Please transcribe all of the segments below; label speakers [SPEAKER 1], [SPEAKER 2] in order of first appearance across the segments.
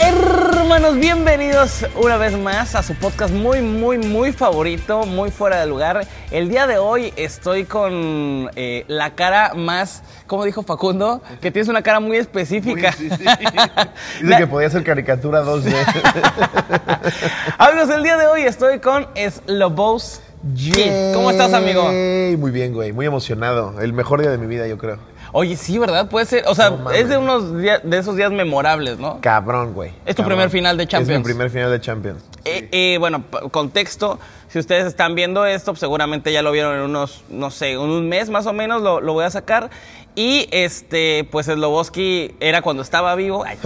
[SPEAKER 1] Hermanos, bienvenidos una vez más a su podcast muy, muy, muy favorito, muy fuera de lugar. El día de hoy estoy con eh, la cara más, como dijo Facundo, que tienes una cara muy específica.
[SPEAKER 2] Sí, sí, sí. Dice que podía ser caricatura 2D.
[SPEAKER 1] Amigos, el día de hoy estoy con Slobos G. ¿Cómo estás, amigo?
[SPEAKER 2] Muy bien, güey. Muy emocionado. El mejor día de mi vida, yo creo.
[SPEAKER 1] Oye, sí, ¿verdad? Puede ser. O sea,
[SPEAKER 2] No mames.
[SPEAKER 1] es de unos días- de esos días memorables, ¿no?
[SPEAKER 2] Cabrón, güey.
[SPEAKER 1] Es tu
[SPEAKER 2] Cabrón.
[SPEAKER 1] primer final de Champions.
[SPEAKER 2] Es mi primer final de Champions.
[SPEAKER 1] Eh, eh, bueno, pa- contexto, si ustedes están viendo esto, pues, seguramente ya lo vieron en unos, no sé, en un mes más o menos lo, lo voy a sacar. Y este, pues Sloboski era cuando estaba vivo. Ay.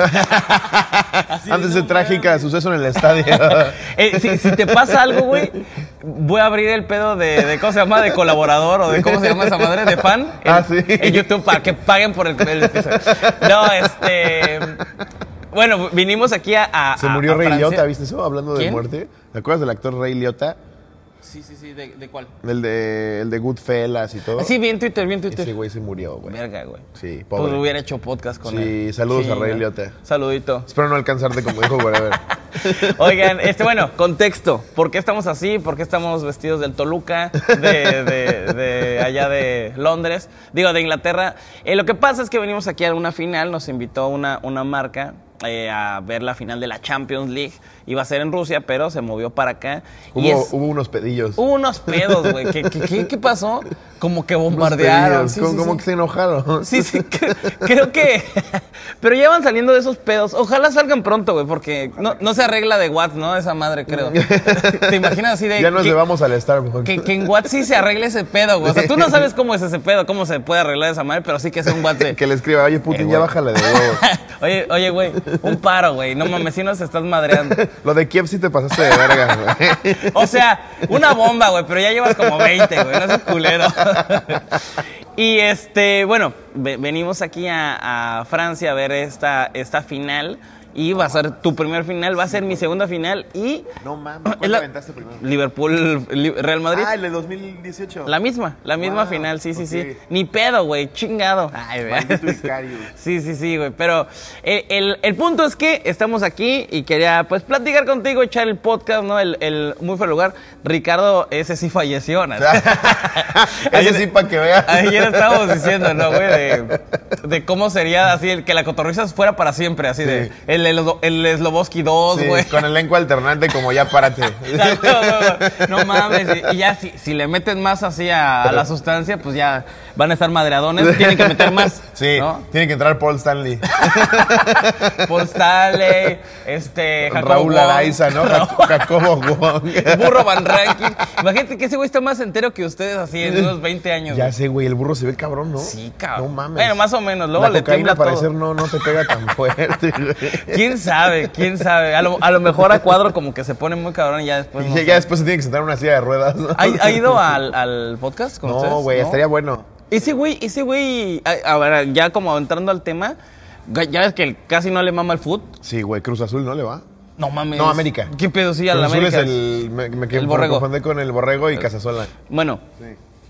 [SPEAKER 2] Antes de trágica suceso en el estadio.
[SPEAKER 1] Eh, si, si te pasa algo, güey, voy a abrir el pedo de, de cómo se llama, de colaborador o de cómo se llama esa madre, de fan. En,
[SPEAKER 2] Ah, sí.
[SPEAKER 1] en YouTube para que paguen por el, el piso. No, este. Bueno, vinimos aquí a. a-
[SPEAKER 2] Se
[SPEAKER 1] a-
[SPEAKER 2] murió
[SPEAKER 1] a
[SPEAKER 2] Rey
[SPEAKER 1] Francia.
[SPEAKER 2] Liotta, ¿viste eso? Hablando de
[SPEAKER 1] ¿Quién?
[SPEAKER 2] muerte. ¿Te acuerdas del actor Rey Liotta?
[SPEAKER 1] Sí, sí, sí, ¿de, de cuál?
[SPEAKER 2] El de, el de Goodfellas y todo.
[SPEAKER 1] Ah, Sí, bien Twitter, bien Twitter.
[SPEAKER 2] Ese güey se murió, güey.
[SPEAKER 1] Verga, güey.
[SPEAKER 2] Sí,
[SPEAKER 1] Pues
[SPEAKER 2] pobre.
[SPEAKER 1] hubiera hecho podcast con
[SPEAKER 2] Sí,
[SPEAKER 1] él.
[SPEAKER 2] saludos a Ray
[SPEAKER 1] güey.
[SPEAKER 2] Liotta.
[SPEAKER 1] Saludito.
[SPEAKER 2] Espero no alcanzarte como dijo Whatever.
[SPEAKER 1] Oigan, este, bueno, contexto. ¿Por qué estamos así? ¿Por qué estamos vestidos del Toluca, de, de- de allá de Londres? Digo, de Inglaterra. Eh, lo que pasa es que venimos aquí a una final, nos invitó una, una marca. eh, a ver la final de la Champions League. Iba a ser en Rusia, pero se movió para acá. y
[SPEAKER 2] Hubo,
[SPEAKER 1] es-
[SPEAKER 2] hubo unos pedillos.
[SPEAKER 1] hubo unos pedos, güey. ¿Qué, qué, qué- qué pasó? Como que
[SPEAKER 2] Unos
[SPEAKER 1] bombardearon.
[SPEAKER 2] pedillos.
[SPEAKER 1] Sí,
[SPEAKER 2] ¿Cómo,
[SPEAKER 1] sí,
[SPEAKER 2] cómo
[SPEAKER 1] sí.
[SPEAKER 2] que se enojaron?
[SPEAKER 1] Sí, sí, cre- creo que. Pero ya van saliendo de esos pedos. Ojalá salgan pronto, güey, porque no, no se arregla de Watt, ¿no? Esa madre, creo. ¿Te imaginas así de.
[SPEAKER 2] Ya nos
[SPEAKER 1] que-
[SPEAKER 2] llevamos al Starbucks.
[SPEAKER 1] Que, que en Watt sí se arregle ese pedo, güey. O sea, tú no sabes cómo es ese pedo, cómo se puede arreglar esa madre, pero sí que es un Watt de.
[SPEAKER 2] Que le escriba, oye Putin,
[SPEAKER 1] Eh,
[SPEAKER 2] ya
[SPEAKER 1] güey.
[SPEAKER 2] bájale de huevos.
[SPEAKER 1] oye, oye, güey, un paro, güey. No mames, si nos estás madreando.
[SPEAKER 2] Lo de Kiev sí te pasaste de verga, güey.
[SPEAKER 1] O sea, una bomba, güey, pero ya llevas como 20, güey, no seas culero. y este, bueno, ve- venimos aquí a, a Francia a ver esta, esta final. Y va a ser tu primer final, va a ser mi segunda final y...
[SPEAKER 3] No mames, ¿cuál
[SPEAKER 1] Es la-
[SPEAKER 3] aventaste primero?
[SPEAKER 1] Liverpool, Li- Real Madrid.
[SPEAKER 3] Ah, el de 2018.
[SPEAKER 1] la misma, la misma
[SPEAKER 3] Wow,
[SPEAKER 1] final, sí, sí, sí.
[SPEAKER 3] ok.
[SPEAKER 1] Ni pedo, güey, chingado. Ay, güey.
[SPEAKER 3] Maldito Icarus.
[SPEAKER 1] Sí, sí, sí, güey. Pero el, el- el punto es que estamos aquí y quería pues platicar contigo, echar el podcast, ¿no? El, el muy fue lugar. Ricardo, ese sí falleció, ¿no?
[SPEAKER 2] Ese sí, pa' que veas.
[SPEAKER 1] Ayer estábamos diciendo, ¿no, güey? De, de cómo sería así, el que la cotorriza fuera para siempre, así de.
[SPEAKER 2] Sí.
[SPEAKER 1] El, el, el Sloboski 2,
[SPEAKER 2] Sí,
[SPEAKER 1] güey.
[SPEAKER 2] con elenco alternante como ya párate.
[SPEAKER 1] Exacto, güey. no mames. Y ya si, si le meten más así a, a la sustancia, pues ya van a estar madreadones. Tienen que meter más.
[SPEAKER 2] Sí,
[SPEAKER 1] ¿no? Eh,
[SPEAKER 2] tiene que entrar Paul Stanley.
[SPEAKER 1] Paul Stanley, este, Jacobo
[SPEAKER 2] Raúl
[SPEAKER 1] Wong,
[SPEAKER 2] Araiza, ¿no?
[SPEAKER 1] Raúl-
[SPEAKER 2] Jac- Jacobo Wong.
[SPEAKER 1] Burro Van Ranking. Imagínate que ese güey está más entero que ustedes así en unos 20 años.
[SPEAKER 2] Ya
[SPEAKER 1] güey.
[SPEAKER 2] sé, güey, el burro se ve cabrón, ¿no?
[SPEAKER 1] Sí, cabrón.
[SPEAKER 2] No mames.
[SPEAKER 1] Bueno, más o menos, luego
[SPEAKER 2] la
[SPEAKER 1] le
[SPEAKER 2] cocaína
[SPEAKER 1] tiembla
[SPEAKER 2] al parecer
[SPEAKER 1] todo.
[SPEAKER 2] no, no te pega tan fuerte, güey.
[SPEAKER 1] ¿Quién sabe? ¿Quién sabe? A lo, a lo mejor a cuadro como que se pone muy cabrón y ya después no
[SPEAKER 2] Y ya
[SPEAKER 1] sé.
[SPEAKER 2] después se tiene que sentar en una silla de ruedas. ¿no?
[SPEAKER 1] ¿Ha, ha ido al, al podcast con ustedes?
[SPEAKER 2] No, güey, estaría bueno.
[SPEAKER 1] Ese güey, ese güey, a, a ver, ya como entrando al tema, ga- ya ves que el- casi no le mama el foot.
[SPEAKER 2] Sí, güey, Cruz Azul, ¿no le va?
[SPEAKER 1] No mames.
[SPEAKER 2] No, América.
[SPEAKER 1] ¿Qué pedo? Sí, a la
[SPEAKER 2] Cruz Azul
[SPEAKER 1] América.
[SPEAKER 2] es el... Me, me,
[SPEAKER 1] El borrego.
[SPEAKER 2] me confundí con el borrego y Casasola.
[SPEAKER 1] Bueno,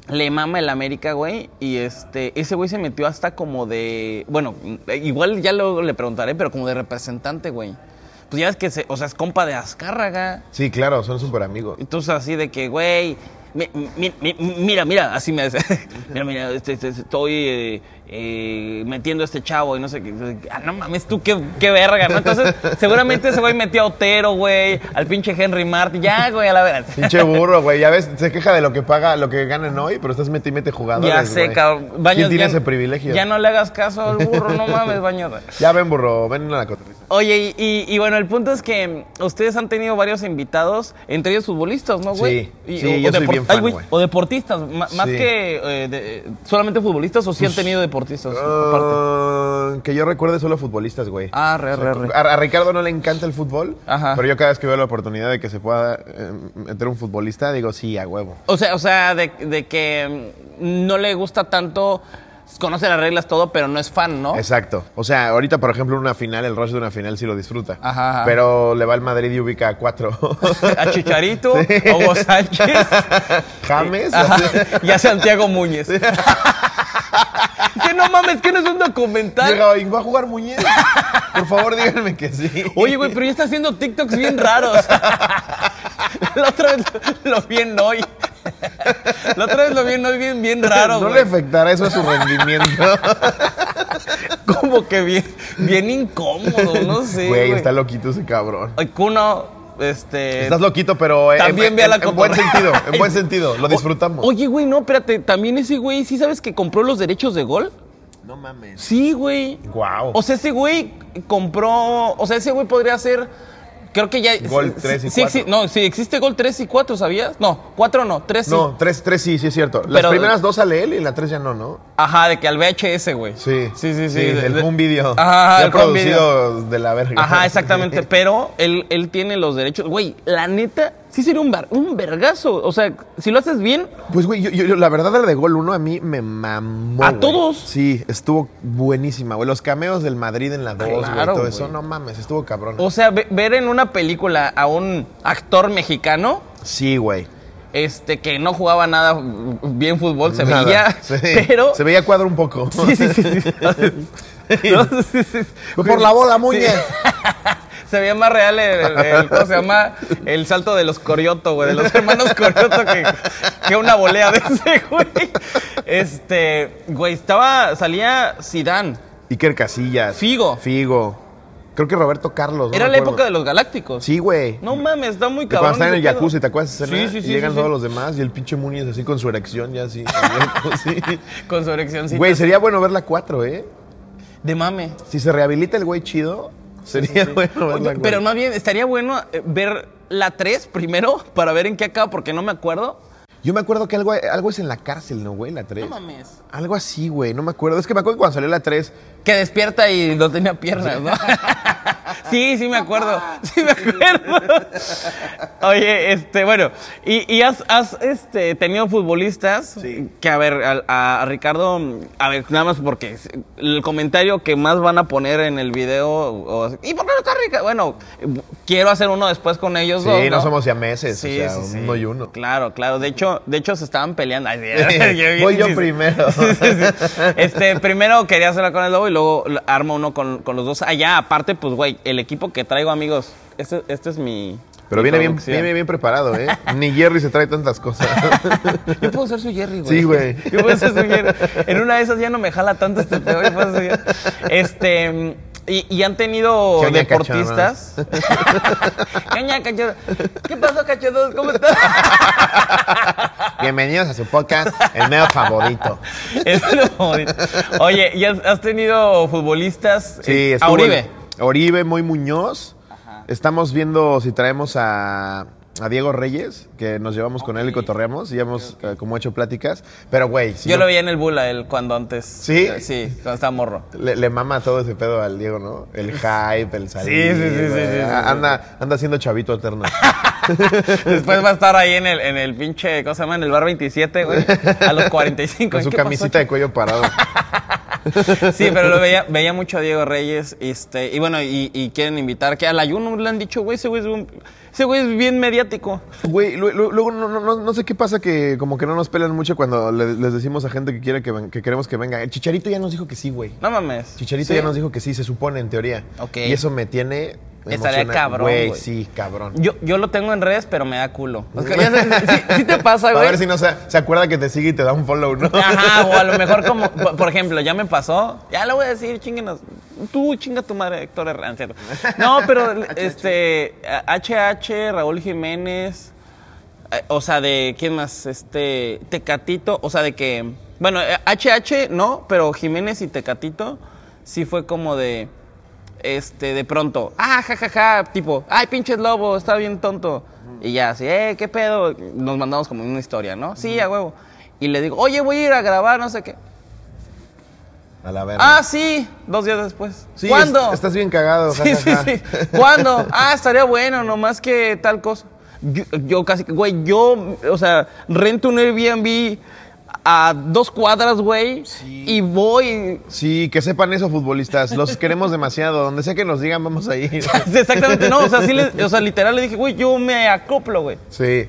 [SPEAKER 1] le mama el América, güey. Y este, ese güey se metió hasta como de. Bueno, igual ya luego le preguntaré, pero como de representante, güey. Pues ya ves que, se, o sea, es compa de Azcárraga.
[SPEAKER 2] Sí, claro, son súper amigos.
[SPEAKER 1] Entonces, así de que, güey, mi- mi- mi- mira, mira, así me dice, mira, mira, este- este- estoy eh, eh, metiendo a este chavo y no sé qué. Ah, no mames, tú qué, qué verga, ¿no? Entonces, seguramente ese güey metió a Otero, güey, al pinche Henry Martin, ya, güey, a la verdad.
[SPEAKER 2] Pinche burro, güey. Ya ves, se queja de lo que paga, lo que ganan hoy, pero estás mete y mete jugadores.
[SPEAKER 1] Ya sé,
[SPEAKER 2] güey.
[SPEAKER 1] cabrón.
[SPEAKER 2] ¿Quién
[SPEAKER 1] Baños,
[SPEAKER 2] tiene
[SPEAKER 1] ya-
[SPEAKER 2] ese privilegio?
[SPEAKER 1] Ya no le hagas caso al burro, no mames, baños.
[SPEAKER 2] Ya ven, burro, ven a la cotorriza.
[SPEAKER 1] Oye, y, y- y bueno, el punto es que ustedes han tenido varios invitados, entre ellos futbolistas, ¿no, güey?
[SPEAKER 2] Sí,
[SPEAKER 1] Y-
[SPEAKER 2] sí, yo soy
[SPEAKER 1] depor-
[SPEAKER 2] bien fan,
[SPEAKER 1] Ay,
[SPEAKER 2] güey.
[SPEAKER 1] O deportistas, ma- más
[SPEAKER 2] Sí. Pues,
[SPEAKER 1] que eh, de- solamente futbolistas, o sí han tenido deportistas aparte.
[SPEAKER 2] Ah, que yo recuerde solo futbolistas, güey.
[SPEAKER 1] Ah, re, re, re.
[SPEAKER 2] A, a Ricardo no le encanta el fútbol,
[SPEAKER 1] Ajá.
[SPEAKER 2] pero yo cada vez que veo la oportunidad de que se pueda eh, meter un futbolista, digo, sí, a huevo.
[SPEAKER 1] O sea, o sea de, de que mm, no le gusta tanto, conoce las reglas, todo, pero no es fan, ¿no?
[SPEAKER 2] Exacto. O sea, ahorita, por ejemplo, una final, el rush de una final sí lo disfruta.
[SPEAKER 1] Ajá, ajá.
[SPEAKER 2] Pero le va al Madrid y ubica a cuatro.
[SPEAKER 1] A Chicharito, a Hugo Sánchez,
[SPEAKER 2] James.
[SPEAKER 1] ajá, y a Santiago Muñez. que no mames, que no es un documental.
[SPEAKER 2] Llega hoy, va a jugar muñeca. Por favor, díganme que sí.
[SPEAKER 1] Oye, güey, pero ya está haciendo TikToks bien raros. La otra vez lo vi en hoy. La otra vez lo vi en hoy bien, bien raro,
[SPEAKER 2] No
[SPEAKER 1] güey.
[SPEAKER 2] le afectará eso a su rendimiento.
[SPEAKER 1] Como que bien, bien incómodo, no sé.
[SPEAKER 2] Güey,
[SPEAKER 1] Güey,
[SPEAKER 2] está loquito ese cabrón.
[SPEAKER 1] Ay, Kuno, este.
[SPEAKER 2] Estás loquito, pero eh,
[SPEAKER 1] También
[SPEAKER 2] en,
[SPEAKER 1] ve a la
[SPEAKER 2] en- en buen
[SPEAKER 1] cotorra-
[SPEAKER 2] sentido, en buen sentido, lo disfrutamos.
[SPEAKER 1] Oye, güey, no, espérate. También ese güey, ¿sí sabes que compró los derechos de gol?
[SPEAKER 3] No mames.
[SPEAKER 1] Sí, güey.
[SPEAKER 2] Guau.
[SPEAKER 1] O sea, ese güey compró. O sea, ese güey podría ser. Creo que ya.
[SPEAKER 2] Gol tres y
[SPEAKER 1] sí,
[SPEAKER 2] cuatro.
[SPEAKER 1] sí, no, sí, existe gol 3 y 4, ¿sabías? No, 4 no, 3 y
[SPEAKER 2] No, tres, tres sí, sí es cierto. Las
[SPEAKER 1] Pero-
[SPEAKER 2] primeras dos sale él y la tres ya no, ¿no?
[SPEAKER 1] Ajá, de que al VHS, güey.
[SPEAKER 2] Sí.
[SPEAKER 1] Sí, sí, sí. de-
[SPEAKER 2] el
[SPEAKER 1] de-
[SPEAKER 2] home video.
[SPEAKER 1] Ajá,
[SPEAKER 2] ya
[SPEAKER 1] el home video.
[SPEAKER 2] producido de la verga.
[SPEAKER 1] Ajá, exactamente. Pero él, él tiene los derechos. Güey, la neta, sí sería un, bar- un vergazo. O sea, si lo haces bien,
[SPEAKER 2] Pues, güey, yo, yo- yo- la verdad, la de Gol 1 a mí me mamó.
[SPEAKER 1] ¿A
[SPEAKER 2] güey.
[SPEAKER 1] todos?
[SPEAKER 2] Sí, estuvo buenísima, güey. Los cameos del Madrid en la 2, güey,
[SPEAKER 1] Claro,
[SPEAKER 2] todo
[SPEAKER 1] güey.
[SPEAKER 2] eso. No mames, estuvo cabrón.
[SPEAKER 1] o sea, ve- ver en una película a un actor mexicano.
[SPEAKER 2] sí, güey.
[SPEAKER 1] Este, que no jugaba nada bien fútbol, se
[SPEAKER 2] Nada.
[SPEAKER 1] veía,
[SPEAKER 2] Sí.
[SPEAKER 1] pero...
[SPEAKER 2] Se veía cuadro un poco.
[SPEAKER 1] Sí, sí, sí. sí. No, sí, sí, sí.
[SPEAKER 2] Por la bola, Muñe.
[SPEAKER 1] Se veía más real el, el- el- ¿cómo se llama? El salto de los Corioto, güey, de los hermanos Corioto que, que una volea de ese, güey. Este, güey, estaba, salía Sidán.
[SPEAKER 2] Iker Casillas.
[SPEAKER 1] Figo.
[SPEAKER 2] Figo. Creo que Roberto Carlos. no
[SPEAKER 1] Era la
[SPEAKER 2] recuerdo.
[SPEAKER 1] época de los Galácticos.
[SPEAKER 2] Sí, güey.
[SPEAKER 1] No mames, está muy
[SPEAKER 2] Que cuando
[SPEAKER 1] cabrón.
[SPEAKER 2] están en el
[SPEAKER 1] ese pedo.
[SPEAKER 2] jacuzzi, ¿te acuerdas de esa escena?
[SPEAKER 1] Sí, sí, sí.
[SPEAKER 2] Y llegan
[SPEAKER 1] sí,
[SPEAKER 2] todos
[SPEAKER 1] sí.
[SPEAKER 2] los demás y el pinche Muñiz así con su erección ya así. abierto,
[SPEAKER 1] Con su erección,
[SPEAKER 2] sí. Güey, sería bueno ver la 4, ¿eh?
[SPEAKER 1] De mame.
[SPEAKER 2] Si se rehabilita el güey chido, sería bueno ver la 4.
[SPEAKER 1] Pero más bien, estaría bueno eh, ver la 3 primero para ver en qué acaba, porque no me acuerdo.
[SPEAKER 2] Yo me acuerdo que algo, algo es en la cárcel, ¿no, güey? La 3.
[SPEAKER 1] No mames.
[SPEAKER 2] Algo así, güey. No me acuerdo. Es que me acuerdo que cuando salió la 3.
[SPEAKER 1] Que despierta y no tenía piernas, ¿no? sí, sí me acuerdo. Sí me acuerdo. Oye, este, bueno, y, y has, has, este, tenido futbolistas
[SPEAKER 3] Sí.
[SPEAKER 1] que, a ver, al- a, a Ricardo, a ver, nada más porque es- el comentario que más van a poner en el video, o- ¿y por qué no está Ricardo? Bueno, quiero hacer uno después con ellos
[SPEAKER 2] Sí,
[SPEAKER 1] dos,
[SPEAKER 2] no,
[SPEAKER 1] Pues ¿no?
[SPEAKER 2] somos siameses.
[SPEAKER 1] Sí,
[SPEAKER 2] o sea,
[SPEAKER 1] sí, sí.
[SPEAKER 2] uno y uno.
[SPEAKER 1] Claro, claro. De hecho, de hecho se estaban peleando. Ay, bien
[SPEAKER 2] Voy yo
[SPEAKER 1] insisto.
[SPEAKER 2] primero.
[SPEAKER 1] Sí, sí. Este, primero quería hacerla con el lobo y luego l- armo uno con, con los dos. Allá, aparte, pues, güey, el equipo que traigo, amigos, este, este es mi. mi
[SPEAKER 2] Pero viene bien,
[SPEAKER 1] producción.
[SPEAKER 2] viene bien preparado, ¿eh? Ni Jerry se trae tantas cosas.
[SPEAKER 1] Yo puedo ser su Jerry, güey.
[SPEAKER 2] Sí, güey.
[SPEAKER 1] Yo puedo ser su Jerry. En una de esas ya no me jala tanto este peor. yo puedo ser Jerry. Este. Y, y han tenido
[SPEAKER 2] ¿Qué onda,
[SPEAKER 1] deportistas. ¿Qué onda, cachorro? ¿Qué pasó, cachorros? ¿Cómo estás?
[SPEAKER 2] Bienvenidos a su podcast, el medio favorito.
[SPEAKER 1] Es lo favorito. Oye, ¿y has, has tenido futbolistas?
[SPEAKER 2] Sí,
[SPEAKER 1] Eh,
[SPEAKER 2] estuvo
[SPEAKER 1] a Uribe.
[SPEAKER 2] el- Oribe, Moy Muñoz. Estamos viendo si traemos a, a Diego Reyes, que nos llevamos con él y cotorreamos. Y ya hemos eh, como hecho pláticas. Pero, güey, si
[SPEAKER 1] Yo
[SPEAKER 2] no-
[SPEAKER 1] lo veía en el Bula, él cuando antes.
[SPEAKER 2] ¿Sí?
[SPEAKER 1] eh, Sí, cuando estaba morro.
[SPEAKER 2] le, le mama todo ese pedo al Diego, ¿no? El hype, el salir.
[SPEAKER 1] sí, sí, sí,
[SPEAKER 2] güey.
[SPEAKER 1] sí, sí, sí.
[SPEAKER 2] Anda, anda siendo chavito eterno.
[SPEAKER 1] Después va a estar ahí en el, en el pinche, ¿cómo se llama? En el bar 27, güey. A los 45.
[SPEAKER 2] con su
[SPEAKER 1] ¿Qué pasó,
[SPEAKER 2] camisita de cuello parado.
[SPEAKER 1] chico? Sí, pero lo veía, veía mucho a Diego Reyes. Este, y bueno, y, y quieren invitar. Que al ayuno le han dicho, güey, ese güey es, un- ese güey es bien mediático.
[SPEAKER 2] Güey, lu- lu- luego no, no- no- no sé qué pasa que como que no nos pelan mucho cuando le- les decimos a gente que quiere que, ven- que queremos que venga. El Chicharito ya nos dijo que sí, güey.
[SPEAKER 1] No mames.
[SPEAKER 2] Chicharito
[SPEAKER 1] Sí.
[SPEAKER 2] ya nos dijo que sí, se supone en teoría.
[SPEAKER 1] Ok.
[SPEAKER 2] Y eso me tiene
[SPEAKER 1] Estaría
[SPEAKER 2] emociona-
[SPEAKER 1] cabrón,
[SPEAKER 2] Güey,
[SPEAKER 1] güey.
[SPEAKER 2] sí, cabrón.
[SPEAKER 1] Yo, yo lo tengo en redes, pero me da culo. O sea, ya sabes, sí, sí te pasa,
[SPEAKER 2] Para
[SPEAKER 1] güey. Ah.
[SPEAKER 2] ver si no se, se acuerda que te sigue y te da un follow, ¿no?
[SPEAKER 1] Ajá, o a lo mejor como, por por ejemplo, ya me pasó, ya lo voy a decir, chinguenos. Tú chinga tu madre, Héctor Herrán, ¿cierto? No, pero este, a- HH, Raúl Jiménez, eh, o sea, de, ¿quién más? Este, Tecatito, o sea, de que, bueno, eh, HH no, pero Jiménez y Tecatito sí fue como de, este, de pronto, ah, jajaja, tipo, ay, pinches lobo, está bien tonto. Y ya, así, eh, qué pedo. Nos mandamos como una historia, ¿no? Sí, a huevo. Y le digo, oye, voy a ir a grabar, no sé qué.
[SPEAKER 2] A la verga.
[SPEAKER 1] Ah, sí, dos días después.
[SPEAKER 2] Sí,
[SPEAKER 1] ¿Cuándo?
[SPEAKER 2] es- estás bien cagado,
[SPEAKER 1] Sí, sí,
[SPEAKER 2] jajaja.
[SPEAKER 1] sí. ¿Cuándo? Ah, estaría bueno, nomás que tal cosa. Yo, yo casi, güey, yo, o sea, rento un Airbnb a dos cuadras, güey, y voy.
[SPEAKER 2] Sí, que sepan eso, futbolistas. Los queremos demasiado. Donde sea que nos digan, vamos a ir.
[SPEAKER 1] Exactamente, no, o sea, sí, le- o sea, literal le dije, güey, yo me acoplo, güey.
[SPEAKER 2] Sí.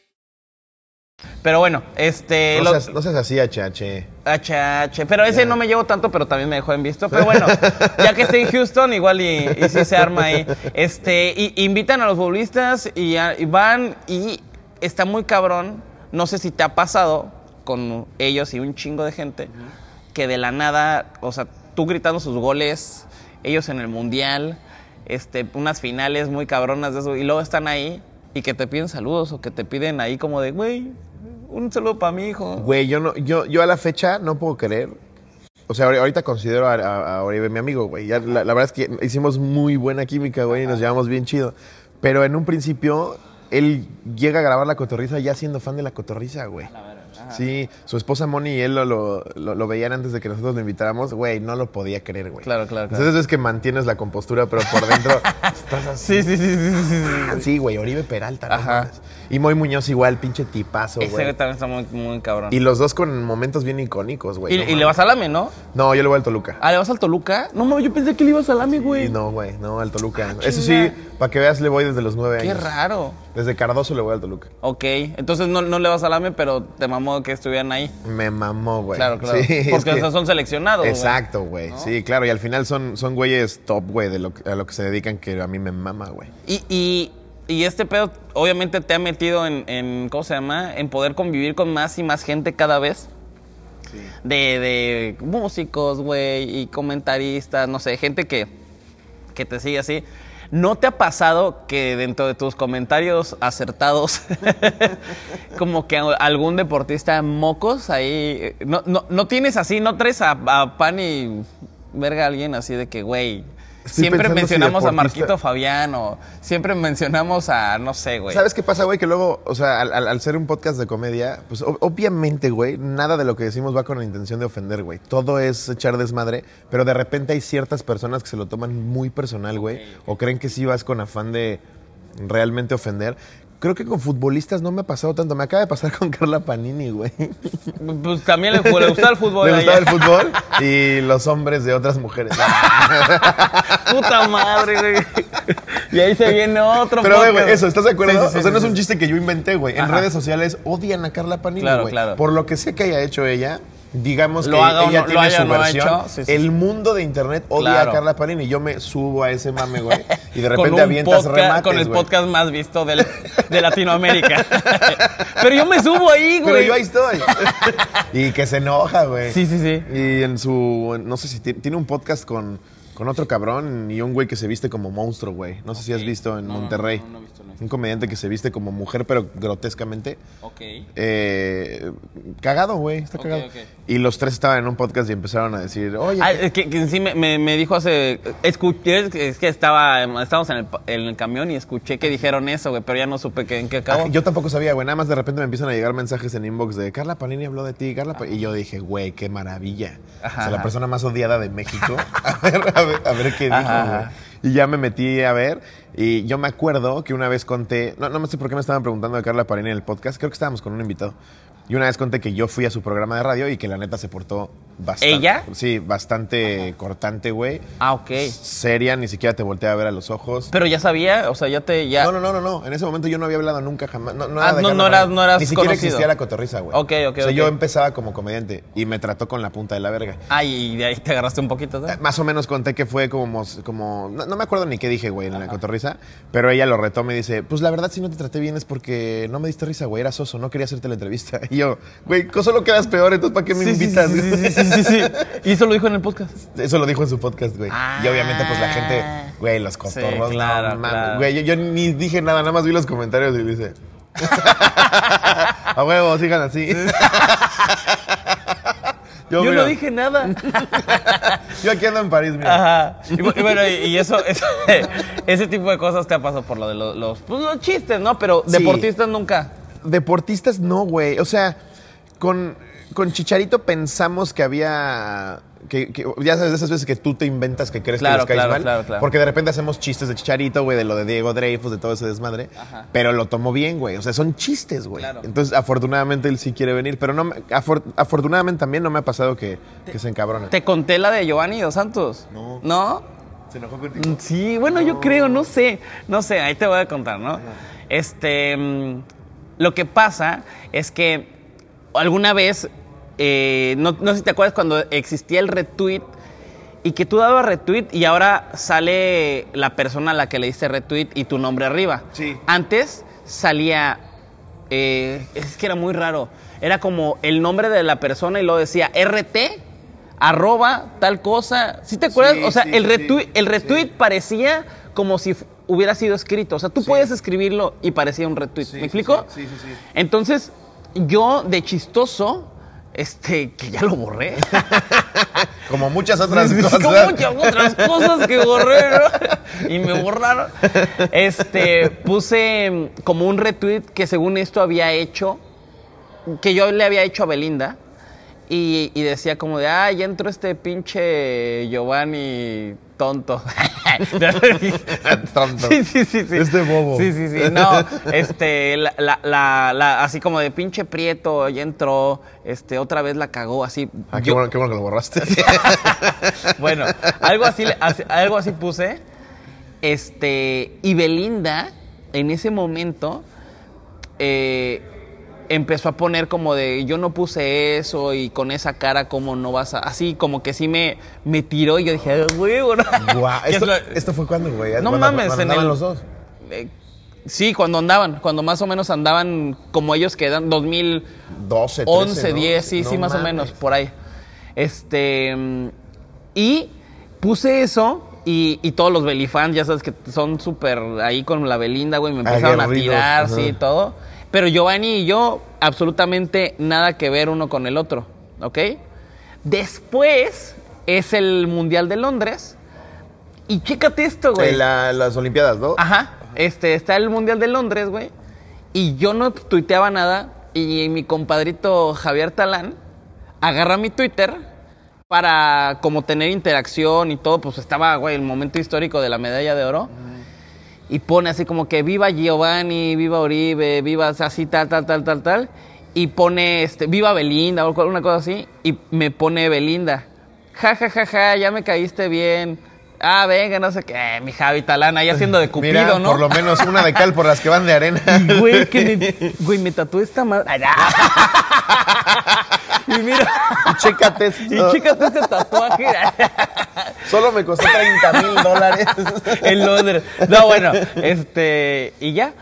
[SPEAKER 1] Pero bueno, este.
[SPEAKER 2] No
[SPEAKER 1] lo-
[SPEAKER 2] seas, no seas así, HH.
[SPEAKER 1] HH, pero ese no me llevo tanto, pero también me dejó en visto. Pero bueno, ya que esté en Houston, igual y, y sí se arma ahí. Este, y, invitan a los futbolistas y, a- y van y está muy cabrón. No sé si te ha pasado con ellos y un chingo de gente que de la nada, o sea, tú gritando sus goles, ellos en el mundial, este, unas finales muy cabronas de eso, y luego están ahí y que te piden saludos o que te piden ahí como de, güey, un saludo para mi hijo.
[SPEAKER 2] Güey, yo, no, yo, yo a la fecha no puedo creer. O sea, ahori- ahorita considero a, a- a Oribe mi amigo, güey. Ya La, la verdad es que hicimos muy buena química, güey, y nos llevamos bien chido. Pero en un principio, él llega a grabar La Cotorrisa ya siendo fan de La Cotorrisa, güey. Sí, su esposa Moni y él lo, lo- lo- lo veían antes de que nosotros lo invitáramos. Güey, no lo podía creer, güey.
[SPEAKER 1] Claro, claro, claro.
[SPEAKER 2] Entonces es que mantienes la compostura, pero por dentro estás así.
[SPEAKER 1] Sí, sí, sí, sí, sí, sí.
[SPEAKER 2] Sí, güey, Oribe Peralta. no
[SPEAKER 1] Ajá.
[SPEAKER 2] mames. Y Moy Muñoz igual, pinche tipazo,
[SPEAKER 1] Ese
[SPEAKER 2] güey.
[SPEAKER 1] güey también está muy, muy cabrón.
[SPEAKER 2] Y
[SPEAKER 1] Y,
[SPEAKER 2] los dos con momentos bien icónicos, güey. no
[SPEAKER 1] y le
[SPEAKER 2] mames.
[SPEAKER 1] vas al AME, ¿no?
[SPEAKER 2] No, yo le voy al Toluca.
[SPEAKER 1] Ah, ¿le vas al Toluca? No, mames, yo pensé que le ibas al AME, güey. Ah,
[SPEAKER 2] Y no, güey, no, al Toluca. Eso sí, para que veas, le voy desde los nueve
[SPEAKER 1] Qué
[SPEAKER 2] años.
[SPEAKER 1] raro.
[SPEAKER 2] Desde Cardoso le voy al Toluca.
[SPEAKER 1] Ok, entonces no, no le vas al AME, pero te mamó que estuvieran ahí.
[SPEAKER 2] Me mamó, güey.
[SPEAKER 1] Claro, claro.
[SPEAKER 2] Sí, es
[SPEAKER 1] Porque
[SPEAKER 2] que-
[SPEAKER 1] o sea, son seleccionados, güey.
[SPEAKER 2] Exacto, güey. Sí, claro. Y al final son, son güeyes top, güey, de lo, que- a lo que se dedican que a mí me mama, güey.
[SPEAKER 1] Y, y, y este pedo obviamente te ha metido en, en, ¿cómo se llama? En poder convivir con más y más gente cada vez. De, de músicos, güey, y comentaristas, no sé, gente que, que te sigue así. ¿No te ha pasado que dentro de tus comentarios acertados, como que algún deportista mocos ahí, eh, no, no, no tienes así, no traes a, a pan y verga a alguien así de que, güey,
[SPEAKER 2] Estoy
[SPEAKER 1] siempre
[SPEAKER 2] pensando si
[SPEAKER 1] mencionamos a
[SPEAKER 2] deportista-
[SPEAKER 1] Marquito Fabián o siempre mencionamos a, no sé, güey.
[SPEAKER 2] ¿Sabes qué pasa, güey? Que luego, o sea, al, al- al ser un podcast de comedia, pues ob- obviamente, güey, nada de lo que decimos va con la intención de ofender, güey. Todo es echar desmadre, pero de repente hay ciertas personas que se lo toman muy personal, güey, o creen que sí vas con afán de realmente ofender. Creo que con futbolistas no me ha pasado tanto. Me acaba de pasar con Carla Panini, güey.
[SPEAKER 1] Pues también le, le gusta el fútbol.
[SPEAKER 2] Le
[SPEAKER 1] a
[SPEAKER 2] gustaba el
[SPEAKER 1] ella.
[SPEAKER 2] fútbol y los hombres de otras mujeres.
[SPEAKER 1] Puta madre, güey. Y ahí se viene otro.
[SPEAKER 2] Pero, güey,
[SPEAKER 1] podcast.
[SPEAKER 2] eso, ¿estás de acuerdo?
[SPEAKER 1] Sí, sí, sí,
[SPEAKER 2] o sea, no
[SPEAKER 1] sí,
[SPEAKER 2] es un
[SPEAKER 1] sí.
[SPEAKER 2] chiste que yo inventé, güey. En
[SPEAKER 1] Ajá.
[SPEAKER 2] redes sociales odian a Carla Panini,
[SPEAKER 1] Claro,
[SPEAKER 2] güey.
[SPEAKER 1] claro.
[SPEAKER 2] Por lo que sé que haya hecho ella, digamos
[SPEAKER 1] Lo
[SPEAKER 2] que
[SPEAKER 1] haga o
[SPEAKER 2] ella
[SPEAKER 1] no- lo
[SPEAKER 2] tiene
[SPEAKER 1] haya
[SPEAKER 2] su
[SPEAKER 1] o no
[SPEAKER 2] versión.
[SPEAKER 1] hecho, sí, sí,
[SPEAKER 2] el
[SPEAKER 1] sí.
[SPEAKER 2] mundo de internet odia
[SPEAKER 1] Claro.
[SPEAKER 2] a Carla Panini. Yo me subo a ese mame, güey. Y de
[SPEAKER 1] Con
[SPEAKER 2] repente
[SPEAKER 1] un
[SPEAKER 2] avientas
[SPEAKER 1] podcast-
[SPEAKER 2] remates,
[SPEAKER 1] Con el
[SPEAKER 2] güey.
[SPEAKER 1] podcast más visto del- de Latinoamérica. Pero yo me subo ahí, güey.
[SPEAKER 2] Pero yo ahí estoy. y que se enoja, güey.
[SPEAKER 1] Sí, sí, sí.
[SPEAKER 2] Y en su, no sé si ti- tiene un podcast con, con con otro cabrón y un güey que se viste como monstruo, güey. No sé si has visto en
[SPEAKER 4] No, no,
[SPEAKER 2] Monterrey.
[SPEAKER 4] no, no, no he visto, no he visto.
[SPEAKER 2] Un comediante que se viste como mujer, pero grotescamente.
[SPEAKER 4] Ok.
[SPEAKER 2] Eh, cagado, güey. Está
[SPEAKER 4] Ok,
[SPEAKER 2] cagado.
[SPEAKER 4] ok.
[SPEAKER 2] Y los tres estaban en un podcast y empezaron a decir, oye,
[SPEAKER 1] Ah, es que, que sí me, me- me dijo hace. Escuché, es que- es que estaba. Estábamos en el, pa- en el camión y escuché que dijeron eso, güey, pero ya no supe que, en qué acabó.
[SPEAKER 2] Ah, yo tampoco sabía, güey. Nada más de repente me empiezan a llegar mensajes en inbox de Carla Panini habló de ti, Carla Pa-". Y yo dije, güey, qué maravilla. O
[SPEAKER 1] Ajá.
[SPEAKER 2] sea, la persona más odiada de México. a, ver, a ver, a ver qué dijo,
[SPEAKER 1] Ajá.
[SPEAKER 2] güey. Y ya me metí a ver. Y yo me acuerdo que una vez conté. No, no me sé por qué me estaban preguntando de Carla Panini en el podcast. Creo que estábamos con un invitado. Y una vez conté que yo fui a su programa de radio y que la neta se portó bastante.
[SPEAKER 1] ¿Ella?
[SPEAKER 2] Sí, bastante cortante, güey.
[SPEAKER 1] Ah, ok.
[SPEAKER 2] Seria, ni siquiera te volteé a ver a los ojos.
[SPEAKER 1] Pero ya sabía, o sea, ya te. Ya,
[SPEAKER 2] No, no, no, no, no. En ese momento yo no había hablado nunca jamás. No, no,
[SPEAKER 1] Ah,
[SPEAKER 2] era de
[SPEAKER 1] no,
[SPEAKER 2] Carla
[SPEAKER 1] no eras-
[SPEAKER 2] Panini.
[SPEAKER 1] no eras
[SPEAKER 2] Ni siquiera
[SPEAKER 1] conocido.
[SPEAKER 2] existía la cotorriza, güey.
[SPEAKER 1] Ok, ok,
[SPEAKER 2] O sea,
[SPEAKER 1] ok.
[SPEAKER 2] yo empezaba como comediante y me trató con la punta de la verga.
[SPEAKER 1] Ay, y de ahí te agarraste un poquito, ¿no?
[SPEAKER 2] Eh, Más o menos conté que fue como. como no, no me acuerdo ni qué dije, güey, en la cotorriza. Pero ella lo retó, me dice: Pues la verdad, si no te traté bien es porque no me diste risa, güey. Era soso, no quería hacerte la entrevista. Y yo, güey, co- solo quedas peor, entonces ¿para qué me
[SPEAKER 1] Sí, sí,
[SPEAKER 2] invitas?
[SPEAKER 1] sí, sí, sí, sí, sí, sí. Y eso lo dijo en el podcast.
[SPEAKER 2] Eso lo dijo en su podcast, güey. Y obviamente, pues la gente, güey, los cotorros.
[SPEAKER 1] Ah. Sí, claro,
[SPEAKER 2] no mames.
[SPEAKER 1] claro.
[SPEAKER 2] Güey, yo, yo ni dije nada, nada más vi los comentarios y dice. A huevo, sigan así.
[SPEAKER 1] Yo,
[SPEAKER 2] mira,
[SPEAKER 1] no dije nada.
[SPEAKER 2] Yo aquí ando en París, mira.
[SPEAKER 1] Ajá. Y, bu- y bueno, y, y eso, eso- ese tipo de cosas te ha pasado por lo de los, los, pues, los chistes, ¿no? Pero
[SPEAKER 2] Sí.
[SPEAKER 1] deportistas nunca.
[SPEAKER 2] Deportistas no, güey. O sea, con, con Chicharito pensamos que había. Que, que- ya sabes, de esas veces que tú te inventas que crees que
[SPEAKER 1] Claro,
[SPEAKER 2] les caes
[SPEAKER 1] claro,
[SPEAKER 2] mal.
[SPEAKER 1] claro, claro.
[SPEAKER 2] Porque de repente hacemos chistes de Chicharito, güey, de lo de Diego Dreyfus, de todo ese desmadre. Pero lo tomó bien, güey. O sea, son chistes, güey.
[SPEAKER 1] Claro.
[SPEAKER 2] Entonces, afortunadamente él sí quiere venir. Pero no me- afor- afortunadamente también no me ha pasado que, que se encabrona.
[SPEAKER 1] ¿Te conté la de Giovanni Dos Santos?
[SPEAKER 3] No.
[SPEAKER 1] ¿No?
[SPEAKER 3] Se enojó contigo.
[SPEAKER 1] Mm, Sí, bueno, yo creo, no sé, no sé, ahí te voy a contar, ¿no? Este, mm, lo que pasa es que alguna vez, eh, no, no sé si te acuerdas cuando existía el retweet y que tú dabas retweet y ahora sale la persona a la que le diste retweet y tu nombre arriba.
[SPEAKER 3] Sí.
[SPEAKER 1] Antes salía, eh, es que era muy raro, era como el nombre de la persona y luego decía RT, arroba, tal cosa. ¿Sí te acuerdas?
[SPEAKER 3] Sí,
[SPEAKER 1] o sea,
[SPEAKER 3] sí,
[SPEAKER 1] el
[SPEAKER 3] sí,
[SPEAKER 1] retweet, el
[SPEAKER 3] sí.
[SPEAKER 1] retweet parecía como si fu- hubiera sido escrito. O sea, tú podías escribirlo y parecía un retweet.
[SPEAKER 3] Sí,
[SPEAKER 1] ¿Me
[SPEAKER 3] sí,
[SPEAKER 1] explico?
[SPEAKER 3] sí, sí, sí.
[SPEAKER 1] Entonces, yo de chistoso, este, que ya lo borré.
[SPEAKER 2] Como muchas otras
[SPEAKER 1] Sí, sí,
[SPEAKER 2] cosas.
[SPEAKER 1] como muchas otras cosas que borré, ¿no? Y me borraron. Este, puse mm, como un retweet que según esto había hecho, que yo le había hecho a Belinda. Y, y decía como de, ah, ya entró este pinche Giovanni tonto.
[SPEAKER 2] Tonto.
[SPEAKER 1] Sí, sí, sí, sí.
[SPEAKER 2] Este bobo.
[SPEAKER 1] Sí, sí, sí. No, este, la, la- la- la- así como de pinche prieto, ya entró, este, otra vez la cagó, así.
[SPEAKER 2] Ah, qué,
[SPEAKER 1] Yo-
[SPEAKER 2] bueno, qué bueno que lo borraste.
[SPEAKER 1] bueno, algo así, le- así- algo así puse. Este, y Belinda, en ese momento, eh, empezó a poner como de, yo no puse eso y con esa cara, como no vas a...? Así, como que sí me, me tiró y yo dije, "Ah, huevo, ¿no?".
[SPEAKER 2] Guau,
[SPEAKER 1] Que es
[SPEAKER 2] esto,
[SPEAKER 1] lo-
[SPEAKER 2] esto fue cuando, güey.
[SPEAKER 1] No
[SPEAKER 2] Cuando-
[SPEAKER 1] mames,
[SPEAKER 2] cuando
[SPEAKER 1] en
[SPEAKER 2] andaban
[SPEAKER 1] el-
[SPEAKER 2] los dos.
[SPEAKER 1] eh, sí, cuando andaban, cuando más o menos andaban como ellos quedan, 2000...
[SPEAKER 2] 12,
[SPEAKER 1] 11,
[SPEAKER 2] 13, ¿no?
[SPEAKER 1] 10, sí,
[SPEAKER 2] No
[SPEAKER 1] sí, más o
[SPEAKER 2] mames.
[SPEAKER 1] menos, por ahí. Este. mm, Y puse eso. Y, y todos los Belifans, ya sabes que son súper ahí con la Belinda, güey, me empezaron a
[SPEAKER 2] Aguerridos,
[SPEAKER 1] tirar,
[SPEAKER 2] Ah, ajá.
[SPEAKER 1] sí, todo. Pero Giovanni y yo, absolutamente nada que ver uno con el otro, ¿ok? Después es el Mundial de Londres. Y chécate esto, güey.
[SPEAKER 2] En la- las Olimpiadas, ¿no?
[SPEAKER 1] Ajá. Este, está el Mundial de Londres, güey. Y yo no tuiteaba nada. Y mi compadrito Javier Talán agarra mi Twitter para como tener interacción y todo. Pues estaba, güey, el momento histórico de la medalla de oro. Y pone así como que viva Giovanni, viva Oribe, viva así, tal, tal, tal, tal, tal. Y pone, este, viva Belinda o una cosa así. Y me pone Belinda. Ja, ja, ja, ja, ya me caíste bien. Ah, venga, no sé qué. Eh, mi Javi Talán ahí haciendo de cupido,
[SPEAKER 2] Mira,
[SPEAKER 1] ¿no?
[SPEAKER 2] por lo menos una de cal por las que van de arena.
[SPEAKER 1] Y, güey, que me, güey, me tatué esta madre. Ay, no. Y mira,
[SPEAKER 2] Chécate
[SPEAKER 1] y
[SPEAKER 2] esto.
[SPEAKER 1] chécate este tatuaje.
[SPEAKER 2] Solo me costó 30 mil dólares.
[SPEAKER 1] En Londres. No, bueno, este. Y ya,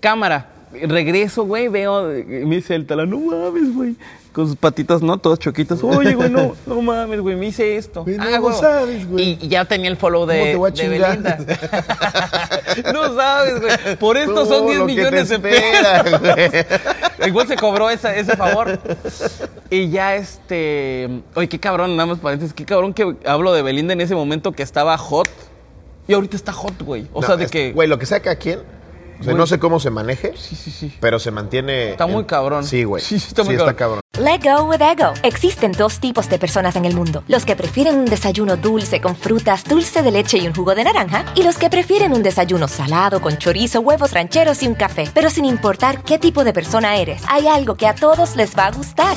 [SPEAKER 1] cámara. Regreso, güey, veo, eh, me dice el talán, no mames, güey. Con sus patitas, ¿no? Todos choquitos. Oye, güey, no, no mames, güey, me hice esto.
[SPEAKER 2] Güey, no
[SPEAKER 1] Ah, güey.
[SPEAKER 2] sabes, güey.
[SPEAKER 1] Y, y ya tenía el follow de,
[SPEAKER 2] ¿Cómo te voy a
[SPEAKER 1] de
[SPEAKER 2] chingar?
[SPEAKER 1] Belinda. no sabes, güey. Por esto son
[SPEAKER 2] Todo
[SPEAKER 1] 10
[SPEAKER 2] lo que te
[SPEAKER 1] millones de
[SPEAKER 2] espera,
[SPEAKER 1] pesos.
[SPEAKER 2] güey.
[SPEAKER 1] Igual se cobró esa- ese favor. Y ya este. Oye, qué cabrón, nada más paréntesis. Qué cabrón que hablo de Belinda en ese momento que estaba hot. Y ahorita está hot, güey. O
[SPEAKER 2] No,
[SPEAKER 1] sea, de
[SPEAKER 2] es-
[SPEAKER 1] que.
[SPEAKER 2] Güey, lo que saca quién. O sea,
[SPEAKER 1] Güey.
[SPEAKER 2] no sé cómo se maneje,
[SPEAKER 1] Sí, sí, sí.
[SPEAKER 2] pero se mantiene.
[SPEAKER 1] Está muy cabrón.
[SPEAKER 2] Sí, güey.
[SPEAKER 1] Sí, sí, está muy
[SPEAKER 2] está
[SPEAKER 1] cabrón.
[SPEAKER 2] cabrón.
[SPEAKER 5] Let go with ego. Existen dos tipos de personas en el mundo: los que prefieren un desayuno dulce con frutas, dulce de leche y un jugo de naranja, y los que prefieren un desayuno salado con chorizo, huevos rancheros y un café. Pero sin importar qué tipo de persona eres, hay algo que a todos les va a gustar.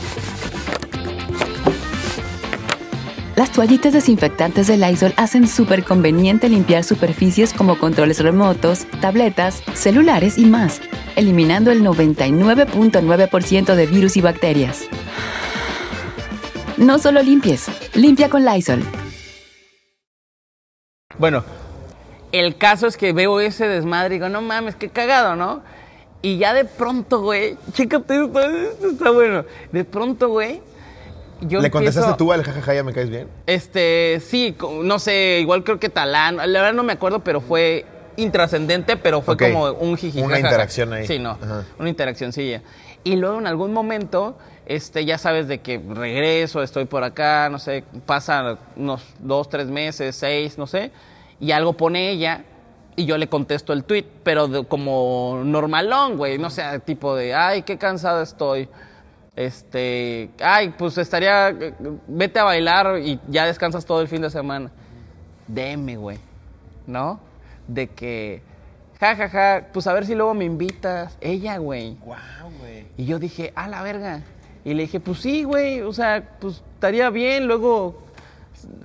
[SPEAKER 6] Las toallitas desinfectantes de Lysol hacen súper conveniente limpiar superficies como controles remotos, tabletas, celulares y más, eliminando el 99.9% de virus y bacterias. No solo limpies, limpia con Lysol.
[SPEAKER 1] Bueno, el caso es que veo ese desmadre y digo, no mames, qué cagado, ¿no? Y ya de pronto, güey, chécate esto, esto está bueno. De pronto, güey, yo
[SPEAKER 2] ¿Le contestaste
[SPEAKER 1] empiezo-
[SPEAKER 2] tú al jajaja ya me caes bien?
[SPEAKER 1] Este, sí, co- no sé, igual creo que Talán, la verdad no me acuerdo, pero fue intrascendente, pero fue
[SPEAKER 2] Ok.
[SPEAKER 1] como un jiji.
[SPEAKER 2] Una
[SPEAKER 1] jajaja.
[SPEAKER 2] interacción ahí.
[SPEAKER 1] Sí, no,
[SPEAKER 2] Ajá.
[SPEAKER 1] una interaccioncilla. Y luego en algún momento, este, ya sabes de que regreso, estoy por acá, no sé, pasan unos dos, tres meses, seis, no sé, y algo pone ella y yo le contesto el tweet, pero de- como normalón, güey, no sé, tipo de, ay, qué cansada estoy. Este, ay, pues estaría, vete a bailar y ya descansas todo el fin de semana. Deme, güey. ¿No? De que, ja, ja, ja, pues a ver si luego me invitas. Ella, güey.
[SPEAKER 3] Guau, güey.
[SPEAKER 1] Y yo dije, a la verga. Y le dije, pues sí, güey, o sea, pues estaría bien luego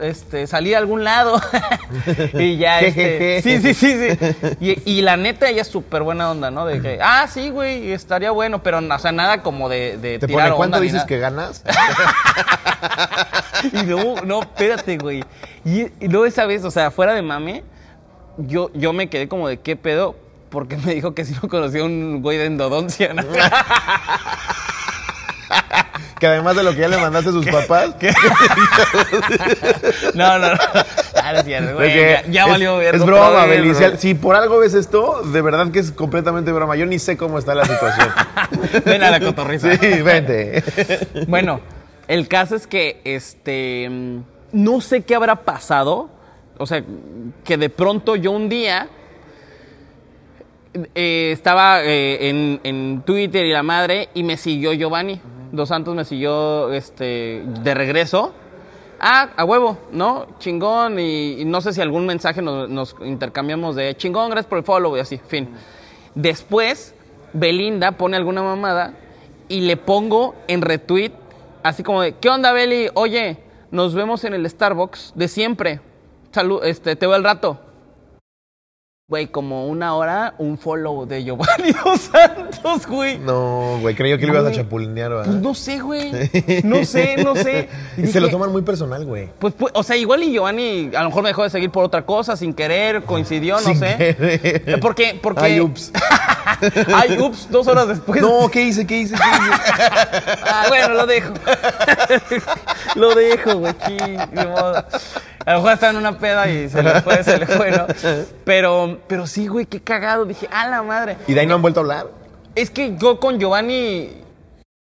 [SPEAKER 1] este, salir a algún lado. y ya, este, sí, sí, sí, sí. Y, y la neta, ella es súper buena onda, ¿no? De que, ah, sí, güey, estaría bueno, pero, o sea, nada como de, de
[SPEAKER 2] Te
[SPEAKER 1] tirar
[SPEAKER 2] pone,
[SPEAKER 1] onda
[SPEAKER 2] ¿cuánto
[SPEAKER 1] ni
[SPEAKER 2] dices
[SPEAKER 1] nada".
[SPEAKER 2] que ganas?
[SPEAKER 1] Y luego, no, espérate, güey. Y, y luego esa vez, o sea, fuera de mame, yo, yo me quedé como de qué pedo, porque me dijo que si no conocía un güey de endodoncia. ¿no?
[SPEAKER 2] que además de lo que ya le mandaste a sus papás.
[SPEAKER 1] No, no, no. Ah, no es cierto, güey,
[SPEAKER 2] Porque
[SPEAKER 1] ya, ya
[SPEAKER 2] es-
[SPEAKER 1] valió
[SPEAKER 2] Es,
[SPEAKER 1] verga otra
[SPEAKER 2] broma,
[SPEAKER 1] vez,
[SPEAKER 2] Belicial.
[SPEAKER 1] güey.
[SPEAKER 2] Si por algo ves esto, de verdad que es completamente broma. Yo ni sé cómo está la situación.
[SPEAKER 1] Ven a la cotorriza.
[SPEAKER 2] Sí, vente.
[SPEAKER 1] Bueno, el caso es que este mm, no sé qué habrá pasado. O sea, que de pronto yo un día eh, estaba eh, en, en Twitter y la madre y me siguió Giovanni. Dos Santos me siguió este, de regreso. Ah, a huevo, ¿no? Chingón. Y, y no sé si algún mensaje nos, nos intercambiamos de chingón, gracias por el follow y así, fin. Después, Belinda pone alguna mamada y le pongo en retweet, así como de, ¿qué onda, Beli? Oye, nos vemos en el Starbucks de siempre. Salud, este, te veo al rato. Güey, como una hora, un follow de Giovanni Dos Santos, güey.
[SPEAKER 2] No, güey, creyó que lo ibas a
[SPEAKER 1] Güey,
[SPEAKER 2] chapulinear,
[SPEAKER 1] Pues
[SPEAKER 2] ¿verdad?
[SPEAKER 1] no sé, güey. No sé, no sé.
[SPEAKER 2] Y se lo
[SPEAKER 1] Dije,
[SPEAKER 2] toman muy personal, güey.
[SPEAKER 1] Pues, pues, o sea, igual y Giovanni a lo mejor me dejó de seguir por otra cosa, sin querer, coincidió, no
[SPEAKER 2] Sin
[SPEAKER 1] sé.
[SPEAKER 2] querer.
[SPEAKER 1] Porque, porque.
[SPEAKER 2] Ay, ups.
[SPEAKER 1] Ay, ups, dos horas después.
[SPEAKER 2] No, ¿qué hice? ¿Qué hice? ¿Qué hice?
[SPEAKER 1] Ah, bueno, lo dejo. lo dejo, güey. chin, ni modo. A lo mejor estaba en una peda y se le fue, se le fue, ¿no? Pero, pero sí, güey, qué cagado. Dije, a la madre.
[SPEAKER 2] Y de ahí no han vuelto a hablar.
[SPEAKER 1] Es que yo con Giovanni.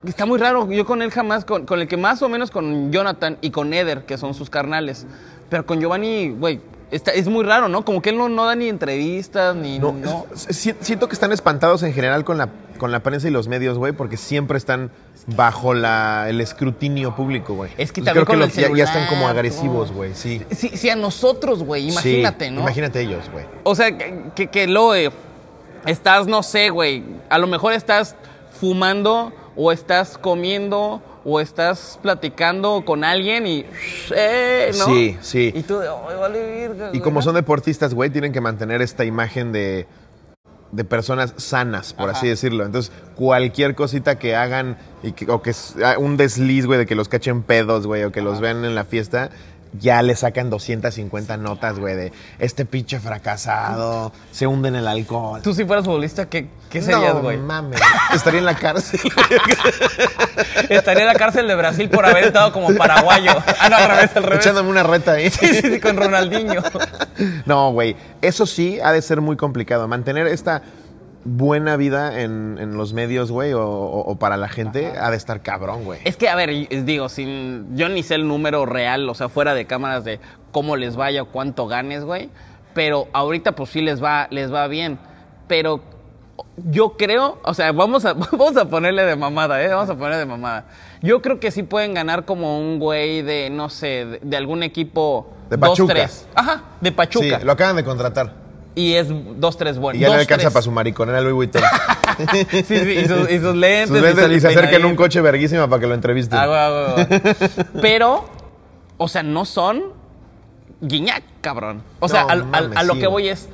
[SPEAKER 1] Está muy raro. Yo con él jamás. Con, con el que más o menos con Jonathan y con Eder, que son sus carnales. Pero con Giovanni, güey. está- es muy raro, ¿no? Como que él no, no da ni entrevistas, ni. No.
[SPEAKER 2] No, es- si- siento que están espantados en general con la, con la prensa y los medios, güey, porque siempre están bajo la, el escrutinio público, güey.
[SPEAKER 1] Es que
[SPEAKER 2] Entonces,
[SPEAKER 1] también
[SPEAKER 2] creo
[SPEAKER 1] con
[SPEAKER 2] que
[SPEAKER 1] el
[SPEAKER 2] los- ya- ya, están como
[SPEAKER 1] celular,
[SPEAKER 2] agresivos,
[SPEAKER 1] todo.
[SPEAKER 2] güey, sí.
[SPEAKER 1] Si, si a nosotros, güey, imagínate,
[SPEAKER 2] Sí,
[SPEAKER 1] ¿no?
[SPEAKER 2] Imagínate ellos, güey.
[SPEAKER 1] O sea, que, que, que lo eh, estás, no sé, güey. A lo mejor estás fumando o estás comiendo o estás platicando con alguien y. ¡Eh! ¿no?
[SPEAKER 2] Sí, sí.
[SPEAKER 1] Y tú de. "Ay, vale, virga,
[SPEAKER 2] Y
[SPEAKER 1] güey,
[SPEAKER 2] como
[SPEAKER 1] ¿no?".
[SPEAKER 2] son deportistas, güey, tienen que mantener esta imagen de, de personas sanas, por así decirlo. Entonces, cualquier cosita que hagan y que- o que s- ah, un desliz, güey, de que los cachen pedos, güey, o que los vean en la fiesta, ya le sacan 250 notas, güey, de este pinche fracasado, se hunde en el alcohol.
[SPEAKER 1] Tú si fueras futbolista, ¿qué, qué serías,
[SPEAKER 2] no,
[SPEAKER 1] güey?
[SPEAKER 2] mames. Estaría en la cárcel.
[SPEAKER 1] Estaría en la cárcel de Brasil por haber estado como paraguayo. Ah, no, al revés, al revés.
[SPEAKER 2] Echándome una reta ahí.
[SPEAKER 1] Sí, sí, sí, con Ronaldinho.
[SPEAKER 2] No, güey. Eso sí ha de ser muy complicado. Mantener esta buena vida en, en los medios, güey, o, o- o para la gente, ha de estar cabrón, güey.
[SPEAKER 1] Es que, a ver, y- digo, sin, yo ni sé el número real, o sea, fuera de cámaras de cómo les vaya o cuánto ganes, güey. Pero ahorita, pues sí les va, les va bien. Pero yo creo, o sea, vamos a, vamos a ponerle de mamada, ¿eh? Vamos a ponerle de mamada. Yo creo que sí pueden ganar como un güey de, no sé, de, de algún equipo.
[SPEAKER 2] De
[SPEAKER 1] dos,
[SPEAKER 2] Pachuca.
[SPEAKER 1] tres. Ajá, de Pachuca.
[SPEAKER 2] Sí, lo acaban de contratar.
[SPEAKER 1] Y es dos, tres bueno.
[SPEAKER 2] Y ya
[SPEAKER 1] dos,
[SPEAKER 2] le alcanza
[SPEAKER 1] tres.
[SPEAKER 2] para su mariconera Louis Vuitton.
[SPEAKER 1] Sí, sí, y sus, y sus lentes.
[SPEAKER 2] Sus lentes
[SPEAKER 1] su
[SPEAKER 2] y se acerca en
[SPEAKER 1] peinadito.
[SPEAKER 2] un coche verguísima para que lo entrevisten.
[SPEAKER 1] Ah, güey, güey, güey. Pero, o sea, no son guiñac, cabrón. O sea,
[SPEAKER 2] No,
[SPEAKER 1] al- al-
[SPEAKER 2] mames,
[SPEAKER 1] a lo
[SPEAKER 2] sí,
[SPEAKER 1] que
[SPEAKER 2] güey.
[SPEAKER 1] voy es.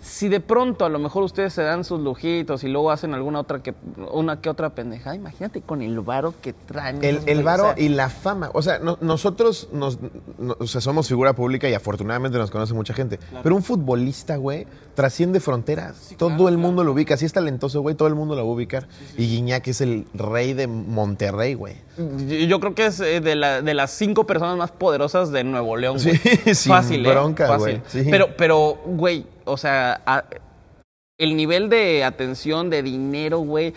[SPEAKER 1] Si de pronto a lo mejor ustedes se dan sus lujitos y luego hacen alguna otra que una que otra pendejada, imagínate con el varo que traen.
[SPEAKER 2] El,
[SPEAKER 1] güey,
[SPEAKER 2] el
[SPEAKER 1] o
[SPEAKER 2] varo
[SPEAKER 1] sea.
[SPEAKER 2] y la fama. O sea, no- nosotros nos, no- o sea, somos figura pública y afortunadamente nos conoce mucha gente. Pero un futbolista, güey, trasciende fronteras. todo el mundo lo ubica. Si es talentoso, güey, todo el mundo lo va a ubicar. Y Guiñac es el rey de Monterrey, güey.
[SPEAKER 1] Pues Yo- Yo creo que es eh, de, la- de las cinco personas más poderosas de Nuevo León.
[SPEAKER 2] Sí,
[SPEAKER 1] güey.
[SPEAKER 2] sin
[SPEAKER 1] ¿eh?
[SPEAKER 2] bronca, güey. Sí.
[SPEAKER 1] Pero, pero, güey, o sea, a- el nivel de atención, de dinero, güey.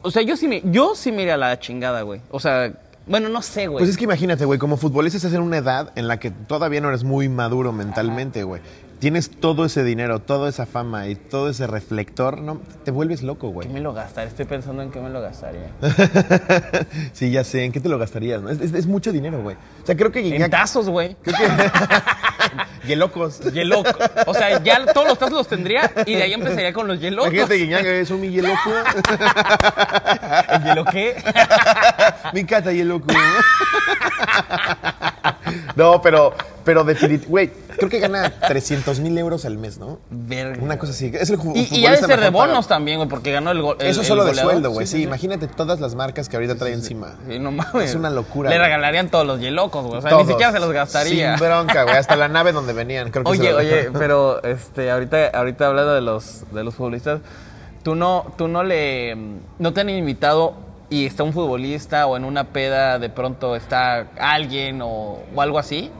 [SPEAKER 1] O sea, yo sí me, yo sí me iría a la chingada, güey. O sea, bueno, no sé, güey.
[SPEAKER 2] Pues es que imagínate, güey, como futbolista estás en una edad en la que todavía no eres muy maduro mentalmente, güey. Tienes todo ese dinero, toda esa fama y todo ese reflector, no, te vuelves loco, güey.
[SPEAKER 1] ¿Qué me lo gastaré? Estoy pensando en qué me lo gastaría.
[SPEAKER 2] sí, ya sé, ¿en qué te lo gastarías? no? Es, es- es mucho dinero, güey. O sea, creo que
[SPEAKER 1] En
[SPEAKER 2] Guiñac...
[SPEAKER 1] tazos, güey.
[SPEAKER 2] Yelocos.
[SPEAKER 1] Yeloco. O sea, ya todos los tazos los tendría y de ahí empezaría con los yelocos.
[SPEAKER 2] Imagínate, Guiñac, es un mi yeloco.
[SPEAKER 1] ¿El yeloqué?
[SPEAKER 2] Me encanta yeloco. no, pero, pero definitivamente, güey, creo que gana 300 mil euros al mes, ¿no?
[SPEAKER 1] Verga.
[SPEAKER 2] Una cosa así. Es el ju-
[SPEAKER 1] Y, y
[SPEAKER 2] futbolista
[SPEAKER 1] ya debe ser de
[SPEAKER 2] mejor pagado.
[SPEAKER 1] bonos también, güey, porque ganó el gol. el-
[SPEAKER 2] Eso
[SPEAKER 1] el
[SPEAKER 2] solo de
[SPEAKER 1] goleador.
[SPEAKER 2] sueldo, güey. Sí, imagínate todas las marcas que ahorita trae encima.
[SPEAKER 1] Sí, no mames.
[SPEAKER 2] Es una locura.
[SPEAKER 1] Le
[SPEAKER 2] güey.
[SPEAKER 1] regalarían todos los yelocos, güey. O sea,
[SPEAKER 2] Todos.
[SPEAKER 1] ni siquiera se los gastaría.
[SPEAKER 2] Sin bronca, güey. Hasta la nave donde venían. Creo que se
[SPEAKER 1] oye,
[SPEAKER 2] la-
[SPEAKER 1] oye, pero este, ahorita, ahorita hablando de los, de los futbolistas, tú no, tú no le. No te han invitado y está un futbolista o en una peda de pronto está alguien o, o algo así.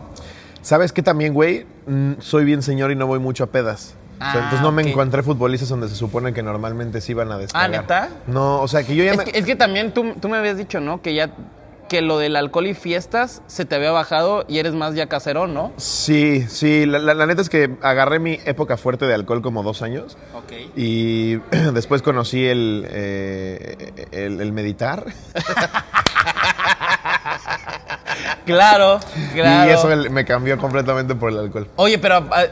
[SPEAKER 2] ¿Sabes qué también, güey? Mm, Soy bien señor y no voy mucho a pedas. O sea,
[SPEAKER 1] Ah,
[SPEAKER 2] entonces no me
[SPEAKER 1] ok. Ah,
[SPEAKER 2] encontré futbolistas donde se supone que normalmente se iban a descargar.
[SPEAKER 1] ¿neta?
[SPEAKER 2] No, o sea, que yo ya
[SPEAKER 1] Es
[SPEAKER 2] me...
[SPEAKER 1] que, es que también tú, tú me habías dicho, ¿no? Que ya. Que lo del alcohol y fiestas se te había bajado y eres más ya caserón, ¿no?
[SPEAKER 2] Sí, sí. La, la- la neta es que agarré mi época fuerte de alcohol como dos años.
[SPEAKER 1] Ok.
[SPEAKER 2] Y después conocí el, eh, el- el meditar.
[SPEAKER 1] Claro, claro.
[SPEAKER 2] Y eso el- me cambió completamente por el alcohol.
[SPEAKER 1] Oye, pero ah,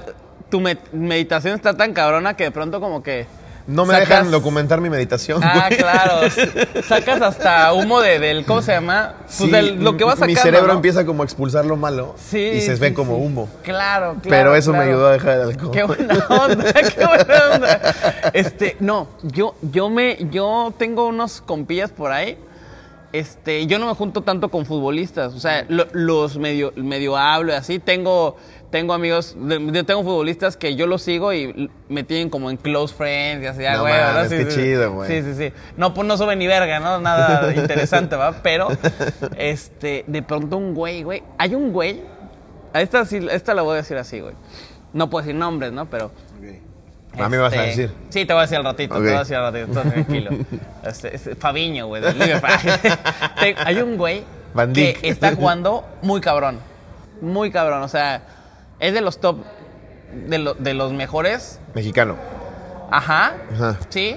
[SPEAKER 1] tu me- meditación está tan cabrona que de pronto como que...
[SPEAKER 2] No me
[SPEAKER 1] sacas-
[SPEAKER 2] dejan documentar mi meditación.
[SPEAKER 1] Ah,
[SPEAKER 2] güey.
[SPEAKER 1] claro. S- Sacas hasta humo de, del... ¿Cómo se llama? Pues
[SPEAKER 2] Sí,
[SPEAKER 1] del- lo que vas sacando,
[SPEAKER 2] Mi cerebro
[SPEAKER 1] ¿no?
[SPEAKER 2] empieza como a expulsar lo malo
[SPEAKER 1] Sí,
[SPEAKER 2] y se
[SPEAKER 1] sí,
[SPEAKER 2] ve como
[SPEAKER 1] sí.
[SPEAKER 2] humo.
[SPEAKER 1] Claro, claro.
[SPEAKER 2] Pero eso me
[SPEAKER 1] claro.
[SPEAKER 2] ayudó a dejar el alcohol.
[SPEAKER 1] Qué buena onda, qué buena onda. Este, no, yo, yo me, yo tengo unos compillas por ahí. Este, yo no me junto tanto con futbolistas, o sea, lo- los medio, medio hablo y así. Tengo, tengo amigos, de- de- tengo futbolistas que yo los sigo y l- me tienen como en close friends y así, ah,
[SPEAKER 2] No
[SPEAKER 1] güey,
[SPEAKER 2] mames,
[SPEAKER 1] ¿verdad? Sí,
[SPEAKER 2] qué
[SPEAKER 1] sí, sí.
[SPEAKER 2] chido, güey.
[SPEAKER 1] Sí, sí, sí. No, pues no sube ni verga, ¿no? Nada interesante, ¿va? Pero, este, de pronto un güey, güey. Hay un güey. a Esta, sí- esta la voy a decir así, güey. No puedo decir nombres, ¿no? Pero.
[SPEAKER 2] A mí me vas a
[SPEAKER 1] este,
[SPEAKER 2] decir.
[SPEAKER 1] Sí, te voy a decir al ratito,
[SPEAKER 2] Ok.
[SPEAKER 1] te voy a decir al ratito, todo tranquilo. Este, este, Fabiño, güey, del Liverpool. Te- Hay un güey
[SPEAKER 2] Van
[SPEAKER 1] que
[SPEAKER 2] Dijk.
[SPEAKER 1] está jugando muy cabrón. Muy cabrón, o sea, es de los top, de, lo- de los mejores.
[SPEAKER 2] Mexicano.
[SPEAKER 1] Ajá.
[SPEAKER 2] Ajá.
[SPEAKER 1] Sí.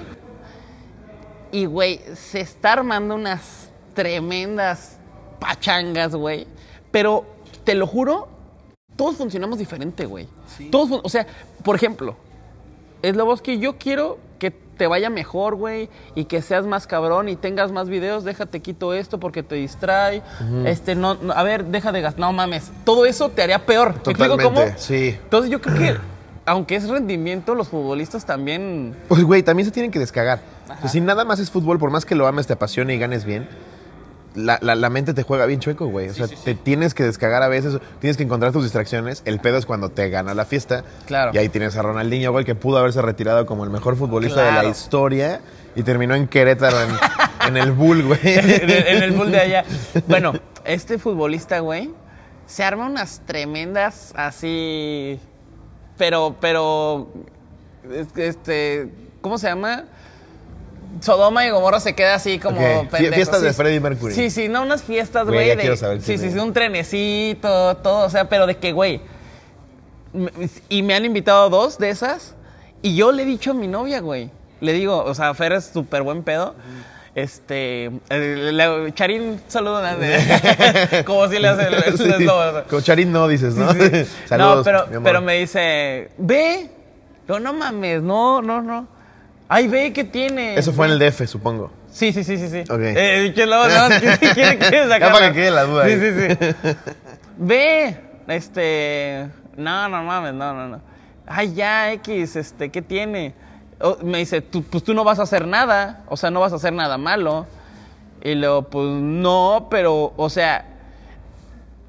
[SPEAKER 1] Y, güey, se está armando unas tremendas pachangas, güey. Pero te lo juro, todos funcionamos diferente, güey. Todos, fun- o sea, por ejemplo, Sloboski, yo quiero que te vaya mejor, güey, y que seas más cabrón y tengas más videos, déjate quito esto porque te distrae. Este, no, no, a ver, deja de gastar, no mames. Todo eso te haría peor. ¿Me explico
[SPEAKER 2] Totalmente,
[SPEAKER 1] cómo?
[SPEAKER 2] sí.
[SPEAKER 1] Entonces yo creo que, aunque es rendimiento, los futbolistas también
[SPEAKER 2] Pues, güey, también se tienen que descagar. O sea, si nada más es fútbol, por más que lo ames, te apasione y ganes bien, la, la- la mente te juega bien chueco, güey. O sea, te tienes que descagar a veces, tienes que encontrar tus distracciones. El pedo es cuando te gana la fiesta.
[SPEAKER 1] Claro.
[SPEAKER 2] Y ahí tienes a Ronaldinho, güey, que pudo haberse retirado como el mejor futbolista de
[SPEAKER 1] Claro.
[SPEAKER 2] la historia y terminó en Querétaro, en, en el Bull, güey.
[SPEAKER 1] en el- en el pool de allá. Bueno, este futbolista, güey, se arma unas tremendas así. Pero, pero. es- Este. ¿Cómo se llama? Sodoma y Gomorra se queda así como
[SPEAKER 2] Ok, fie-
[SPEAKER 1] pendejo,
[SPEAKER 2] fiestas
[SPEAKER 1] sí,
[SPEAKER 2] de Freddie Mercury.
[SPEAKER 1] Sí, sí, no, unas fiestas,
[SPEAKER 2] Güey,
[SPEAKER 1] güey.
[SPEAKER 2] ya
[SPEAKER 1] de-
[SPEAKER 2] quiero saber
[SPEAKER 1] Sí,
[SPEAKER 2] quién
[SPEAKER 1] sí,
[SPEAKER 2] es.
[SPEAKER 1] sí, un trenecito, todo, o sea, pero de que, güey. m- Y me han invitado dos de esas. Y yo le he dicho a mi novia, güey. Le digo, o sea, Fer es súper buen pedo. Este. eh, la- Charín, saluda. Como si le hace el, el
[SPEAKER 2] Sí.
[SPEAKER 1] eslobo, o sea.
[SPEAKER 2] Con Charín no dices, ¿no? Saludos,
[SPEAKER 1] No, pero,
[SPEAKER 2] mi amor.
[SPEAKER 1] pero me dice, ve. Yo, no mames, no, no, no. Ay, ve, ¿qué tiene?
[SPEAKER 2] Eso fue en el DF, supongo.
[SPEAKER 1] Sí, sí, sí, sí, sí.
[SPEAKER 2] Ok.
[SPEAKER 1] Eh, ¿quién lo va a ¿Quién quiere sacar?
[SPEAKER 2] Ya para que quede la duda
[SPEAKER 1] Sí,
[SPEAKER 2] ahí.
[SPEAKER 1] sí, sí. Ve, este, no, no mames, no, no, no. Ay, ya, X, este, ¿qué tiene? Oh, me dice, tú, pues tú no vas a hacer nada, o sea, no vas a hacer nada malo. Y luego, pues no, pero, o sea,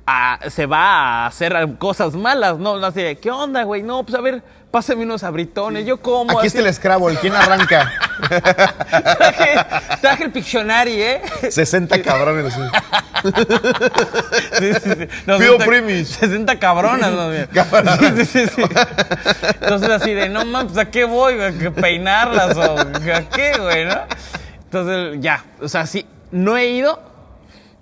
[SPEAKER 1] a- se va a hacer cosas malas, ¿no? Así de, ¿qué onda, güey? No, pues a ver, pásame unos abritones, yo como.
[SPEAKER 2] Aquí este
[SPEAKER 1] así.
[SPEAKER 2] está el Scrabble. ¿Quién arranca?
[SPEAKER 1] traje, traje el Pictionary, ¿eh?
[SPEAKER 2] 60 cabrones. así.
[SPEAKER 1] Sí, sí, sí. No,
[SPEAKER 2] Pío
[SPEAKER 1] 60
[SPEAKER 2] primis.
[SPEAKER 1] 60 cabronas, más bien.
[SPEAKER 2] Cabronas.
[SPEAKER 1] Sí, sí, sí, sí. Entonces así de, no mames, ¿a qué voy? güey? ¿A peinarlas o a qué, güey, no? Entonces, ya, o sea, sí, no he ido,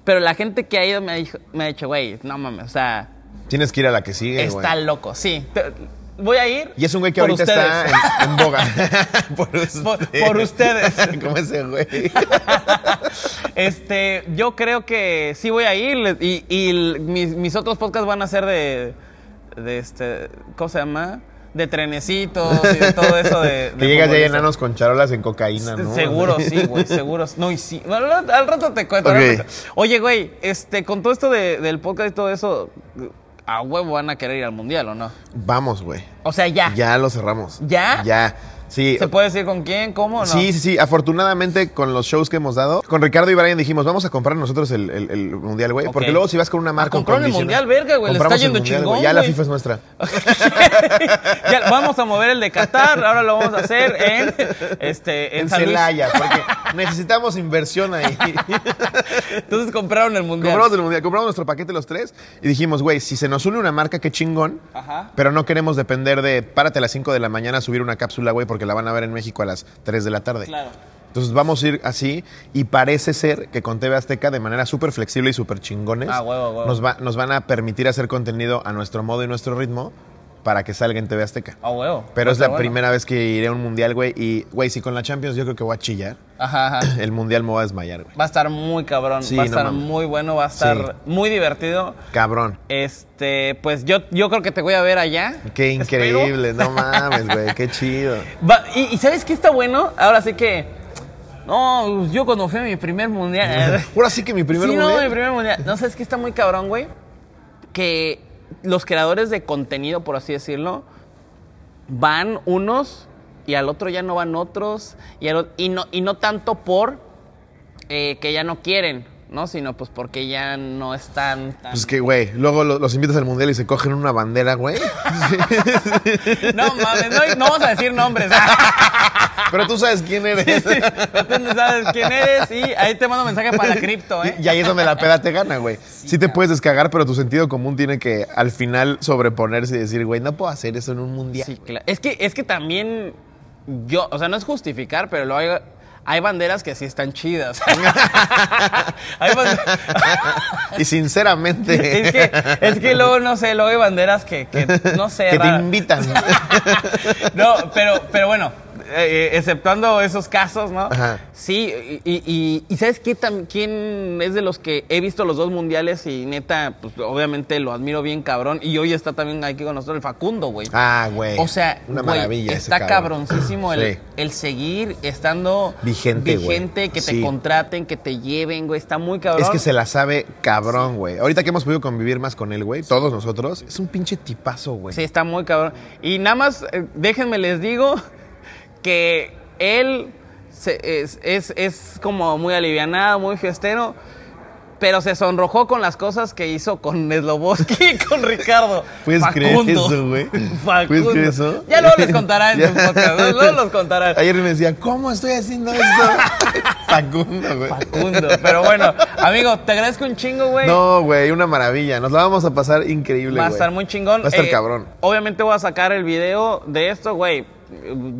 [SPEAKER 1] pero la gente que ha ido me ha dicho, me ha dicho, güey, no mames, o sea,
[SPEAKER 2] Tienes que ir a la que sigue, güey.
[SPEAKER 1] está loco, sí. Te- voy a ir
[SPEAKER 2] Y es un güey que
[SPEAKER 1] por
[SPEAKER 2] ahorita
[SPEAKER 1] ustedes.
[SPEAKER 2] está en, en boga. por,
[SPEAKER 1] Por- por ustedes.
[SPEAKER 2] ¿Cómo ese güey?
[SPEAKER 1] Este, yo creo que sí voy a ir le- y, y l- mis, mis otros podcasts van a ser de, de este, ¿cómo se llama? De trenecitos y de todo eso de...
[SPEAKER 2] que
[SPEAKER 1] de
[SPEAKER 2] llegas ya
[SPEAKER 1] futbolistas.
[SPEAKER 2] enanos con charolas en cocaína, ¿no?
[SPEAKER 1] Seguro, sí, güey, seguro. No, y sí. Bueno, al al rato te cuento. al
[SPEAKER 2] Ok.
[SPEAKER 1] rato te- Oye, güey, este, con todo esto de- del podcast y todo eso, a huevo van a querer ir al mundial, ¿o no?
[SPEAKER 2] Vamos, güey.
[SPEAKER 1] O sea, ya.
[SPEAKER 2] Ya lo cerramos.
[SPEAKER 1] ¿Ya?
[SPEAKER 2] Ya. Sí.
[SPEAKER 1] ¿Se puede decir con quién, cómo o no?
[SPEAKER 2] Sí, sí, sí. Afortunadamente, con los shows que hemos dado, con Ricardo y Brian dijimos, vamos a comprar nosotros el, el- el mundial, güey.
[SPEAKER 1] Ok.
[SPEAKER 2] Porque luego si vas con una
[SPEAKER 1] Ah,
[SPEAKER 2] marca.
[SPEAKER 1] compraron el
[SPEAKER 2] condicional-
[SPEAKER 1] mundial, verga, güey, le está
[SPEAKER 2] compramos el
[SPEAKER 1] yendo
[SPEAKER 2] mundial, güey.
[SPEAKER 1] chingón,
[SPEAKER 2] Ya la
[SPEAKER 1] güey.
[SPEAKER 2] FIFA es nuestra.
[SPEAKER 1] ya, vamos a mover el de Qatar, ahora lo vamos a hacer en, este, en,
[SPEAKER 2] En
[SPEAKER 1] San Luis.
[SPEAKER 2] Celaya, porque necesitamos inversión ahí.
[SPEAKER 1] Entonces compraron el mundial.
[SPEAKER 2] Compramos del mundial, compramos nuestro paquete los tres y dijimos, güey, si se nos une una marca, qué chingón.
[SPEAKER 1] Ajá.
[SPEAKER 2] Pero no queremos depender de párate a las 5 de la mañana a subir una cápsula, güey, porque la van a ver en México a las 3 de la tarde.
[SPEAKER 1] Claro.
[SPEAKER 2] Entonces vamos a ir así y parece ser que con TV Azteca de manera súper flexible y súper chingones
[SPEAKER 1] Ah, huevo, huevo.
[SPEAKER 2] Nos, va- nos van a permitir hacer contenido a nuestro modo y nuestro ritmo para que salga en TV Azteca.
[SPEAKER 1] Ah, huevo.
[SPEAKER 2] Pero es
[SPEAKER 1] Está
[SPEAKER 2] la
[SPEAKER 1] bueno.
[SPEAKER 2] primera vez que iré a un mundial, güey. Y, güey, si con la Champions yo creo que voy a chillar,
[SPEAKER 1] Ajá, ajá.
[SPEAKER 2] el mundial me va a desmayar, güey.
[SPEAKER 1] Va a estar muy cabrón,
[SPEAKER 2] Sí,
[SPEAKER 1] va a
[SPEAKER 2] no
[SPEAKER 1] estar
[SPEAKER 2] mames.
[SPEAKER 1] muy bueno, va a estar
[SPEAKER 2] Sí.
[SPEAKER 1] muy divertido.
[SPEAKER 2] Cabrón.
[SPEAKER 1] Este, pues yo, yo creo que te voy a ver allá.
[SPEAKER 2] Qué
[SPEAKER 1] Espero.
[SPEAKER 2] increíble, no mames, güey, qué chido.
[SPEAKER 1] Va- y, y ¿sabes qué está bueno? Ahora sí que. No, yo cuando fui a mi primer mundial.
[SPEAKER 2] Ahora sí que mi primer
[SPEAKER 1] sí, no, mi
[SPEAKER 2] mundial.
[SPEAKER 1] primer mundial. No, sabes que está muy cabrón, güey. Que los creadores de contenido, por así decirlo, van unos y al otro ya no van otros. Y, al ot- y, no, y no tanto por eh, que ya no quieren, ¿no? Sino pues porque ya no están tan.
[SPEAKER 2] Pues que, güey, luego lo- los invitas al mundial y se cogen una bandera, güey.
[SPEAKER 1] No mames, no, no vamos a decir nombres.
[SPEAKER 2] Pero tú sabes quién eres.
[SPEAKER 1] Tú no sabes quién eres y ahí te mando mensaje para la cripto, ¿eh?
[SPEAKER 2] Y, y ahí es donde la peda te gana, güey. Sí, te puedes descagar, pero tu sentido común tiene que al final sobreponerse y decir, güey, no puedo hacer eso en un mundial.
[SPEAKER 1] Sí, claro. Es que, es que también yo, o sea, no es justificar, pero luego hay, hay banderas que sí están chidas. Hay bande-
[SPEAKER 2] Y sinceramente,
[SPEAKER 1] es, que, es que luego, no sé, luego hay banderas que, que, no sé,
[SPEAKER 2] que te
[SPEAKER 1] rara.
[SPEAKER 2] invitan.
[SPEAKER 1] No, pero, pero bueno, eh, exceptuando esos casos, ¿no?
[SPEAKER 2] Ajá.
[SPEAKER 1] Sí, y, y- y ¿sabes qué tam- quién es de los que he visto los dos mundiales y neta, pues obviamente lo admiro bien cabrón y hoy está también aquí con nosotros el Facundo, güey.
[SPEAKER 2] Ah, güey.
[SPEAKER 1] O sea,
[SPEAKER 2] una
[SPEAKER 1] güey,
[SPEAKER 2] maravilla. ese
[SPEAKER 1] está
[SPEAKER 2] cabrón.
[SPEAKER 1] cabroncísimo el,
[SPEAKER 2] Sí.
[SPEAKER 1] el seguir estando
[SPEAKER 2] Vigente, güey.
[SPEAKER 1] vigente, que te
[SPEAKER 2] Sí.
[SPEAKER 1] contraten, que te lleven, güey, está muy cabrón.
[SPEAKER 2] Es que se la sabe cabrón, güey. Ahorita que hemos podido convivir más con él, güey, todos nosotros, es un pinche tipazo, güey.
[SPEAKER 1] Sí, está muy cabrón. Y nada más, eh, déjenme les digo que él se- es, es- es como muy alivianado, muy fiestero, pero se sonrojó con las cosas que hizo con Sloboski y con Ricardo.
[SPEAKER 2] ¿Puedes creer
[SPEAKER 1] Facundo.
[SPEAKER 2] eso, güey?
[SPEAKER 1] Facundo.
[SPEAKER 2] ¿Puedes creer eso?
[SPEAKER 1] Ya luego les contará en
[SPEAKER 2] Ya.
[SPEAKER 1] su podcast. ¿no? Luego los contará.
[SPEAKER 2] Ayer me decía, ¿cómo estoy haciendo esto? Facundo, güey.
[SPEAKER 1] Facundo. Pero bueno, amigo, te agradezco un chingo, güey.
[SPEAKER 2] No, güey, una maravilla. Nos la vamos a pasar increíble, güey.
[SPEAKER 1] Va a estar muy chingón.
[SPEAKER 2] Va a estar
[SPEAKER 1] Eh,
[SPEAKER 2] cabrón.
[SPEAKER 1] Obviamente voy a sacar el video de esto, güey.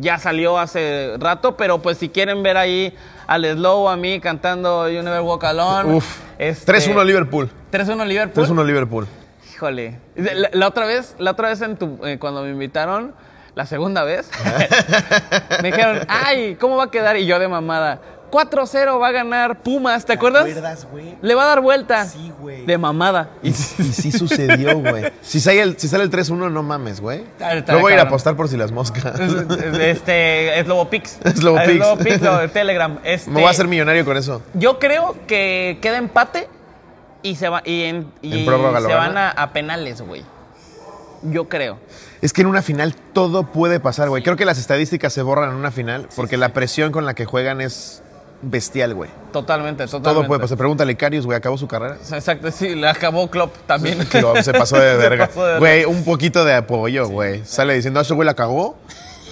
[SPEAKER 1] Ya salió hace rato, pero pues si quieren ver ahí al Slow, a mí cantando You Never Walk Alone.
[SPEAKER 2] Uf.
[SPEAKER 1] este,
[SPEAKER 2] 3-1 Liverpool.
[SPEAKER 1] 3-1 Liverpool.
[SPEAKER 2] 3-1 Liverpool.
[SPEAKER 1] Híjole. La, la otra vez, la otra vez en tu- eh, cuando me invitaron, la segunda vez, me dijeron, ay, ¿cómo va a quedar? Y yo de mamada. 4-0 va a ganar Pumas, ¿te acuerdas?
[SPEAKER 3] acuerdas, güey?
[SPEAKER 1] Le va a dar vuelta.
[SPEAKER 3] Sí, güey.
[SPEAKER 1] De mamada.
[SPEAKER 2] Y, y sí sucedió, güey. Si sale el, si sale el 3-1, no mames, güey.
[SPEAKER 1] Está- está
[SPEAKER 2] Luego voy a ir a
[SPEAKER 1] cabrón.
[SPEAKER 2] apostar por si las moscas.
[SPEAKER 1] Es- es- Este, es Lobo Pix.
[SPEAKER 2] Es Lobo Pix.
[SPEAKER 1] lo de Telegram. Este,
[SPEAKER 2] Me voy a hacer millonario con eso.
[SPEAKER 1] Yo creo que queda empate y se, va, y en, y
[SPEAKER 2] En prórroga lo
[SPEAKER 1] se van
[SPEAKER 2] gana.
[SPEAKER 1] a, a penales, güey. Yo creo.
[SPEAKER 2] Es que en una final todo puede pasar, güey. Creo que las estadísticas se borran en una final porque la presión con la que juegan es bestial, güey.
[SPEAKER 1] Totalmente, totalmente.
[SPEAKER 2] Todo puede pasar. Pregúntale, Carius, güey, acabó su carrera.
[SPEAKER 1] Exacto, sí, le acabó Klopp también.
[SPEAKER 2] Lo- se pasó de
[SPEAKER 1] Se
[SPEAKER 2] verga.
[SPEAKER 1] pasó de verga.
[SPEAKER 2] Güey, un poquito de apoyo, güey. Sale diciendo, "Ah, ese güey la cagó.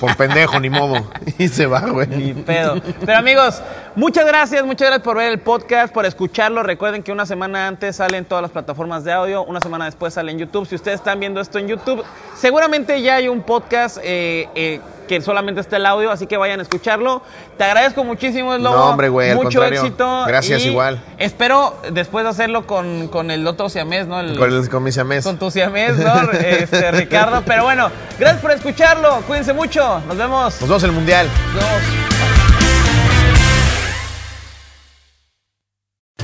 [SPEAKER 2] Por pendejo, ni modo. Y se va,
[SPEAKER 1] Ni
[SPEAKER 2] güey.
[SPEAKER 1] pedo. Pero amigos, muchas gracias, muchas gracias por ver el podcast, por escucharlo. Recuerden que una semana antes salen todas las plataformas de audio, una semana después sale en YouTube. Si ustedes están viendo esto en YouTube, seguramente ya hay un podcast eh, eh, que solamente está el audio, así que vayan a escucharlo. Te agradezco muchísimo, es
[SPEAKER 2] No, hombre, güey, al
[SPEAKER 1] Mucho
[SPEAKER 2] contrario.
[SPEAKER 1] éxito.
[SPEAKER 2] Gracias,
[SPEAKER 1] y
[SPEAKER 2] igual.
[SPEAKER 1] Espero después de hacerlo con, con el otro siamés, ¿no? El-
[SPEAKER 2] Con, el- con mi siamés.
[SPEAKER 1] con tu siamés, ¿no? Este, Ricardo. Pero bueno, gracias por escucharlo. Cuídense mucho. Nos vemos.
[SPEAKER 2] Nos vemos en el Mundial.
[SPEAKER 1] Nos vemos.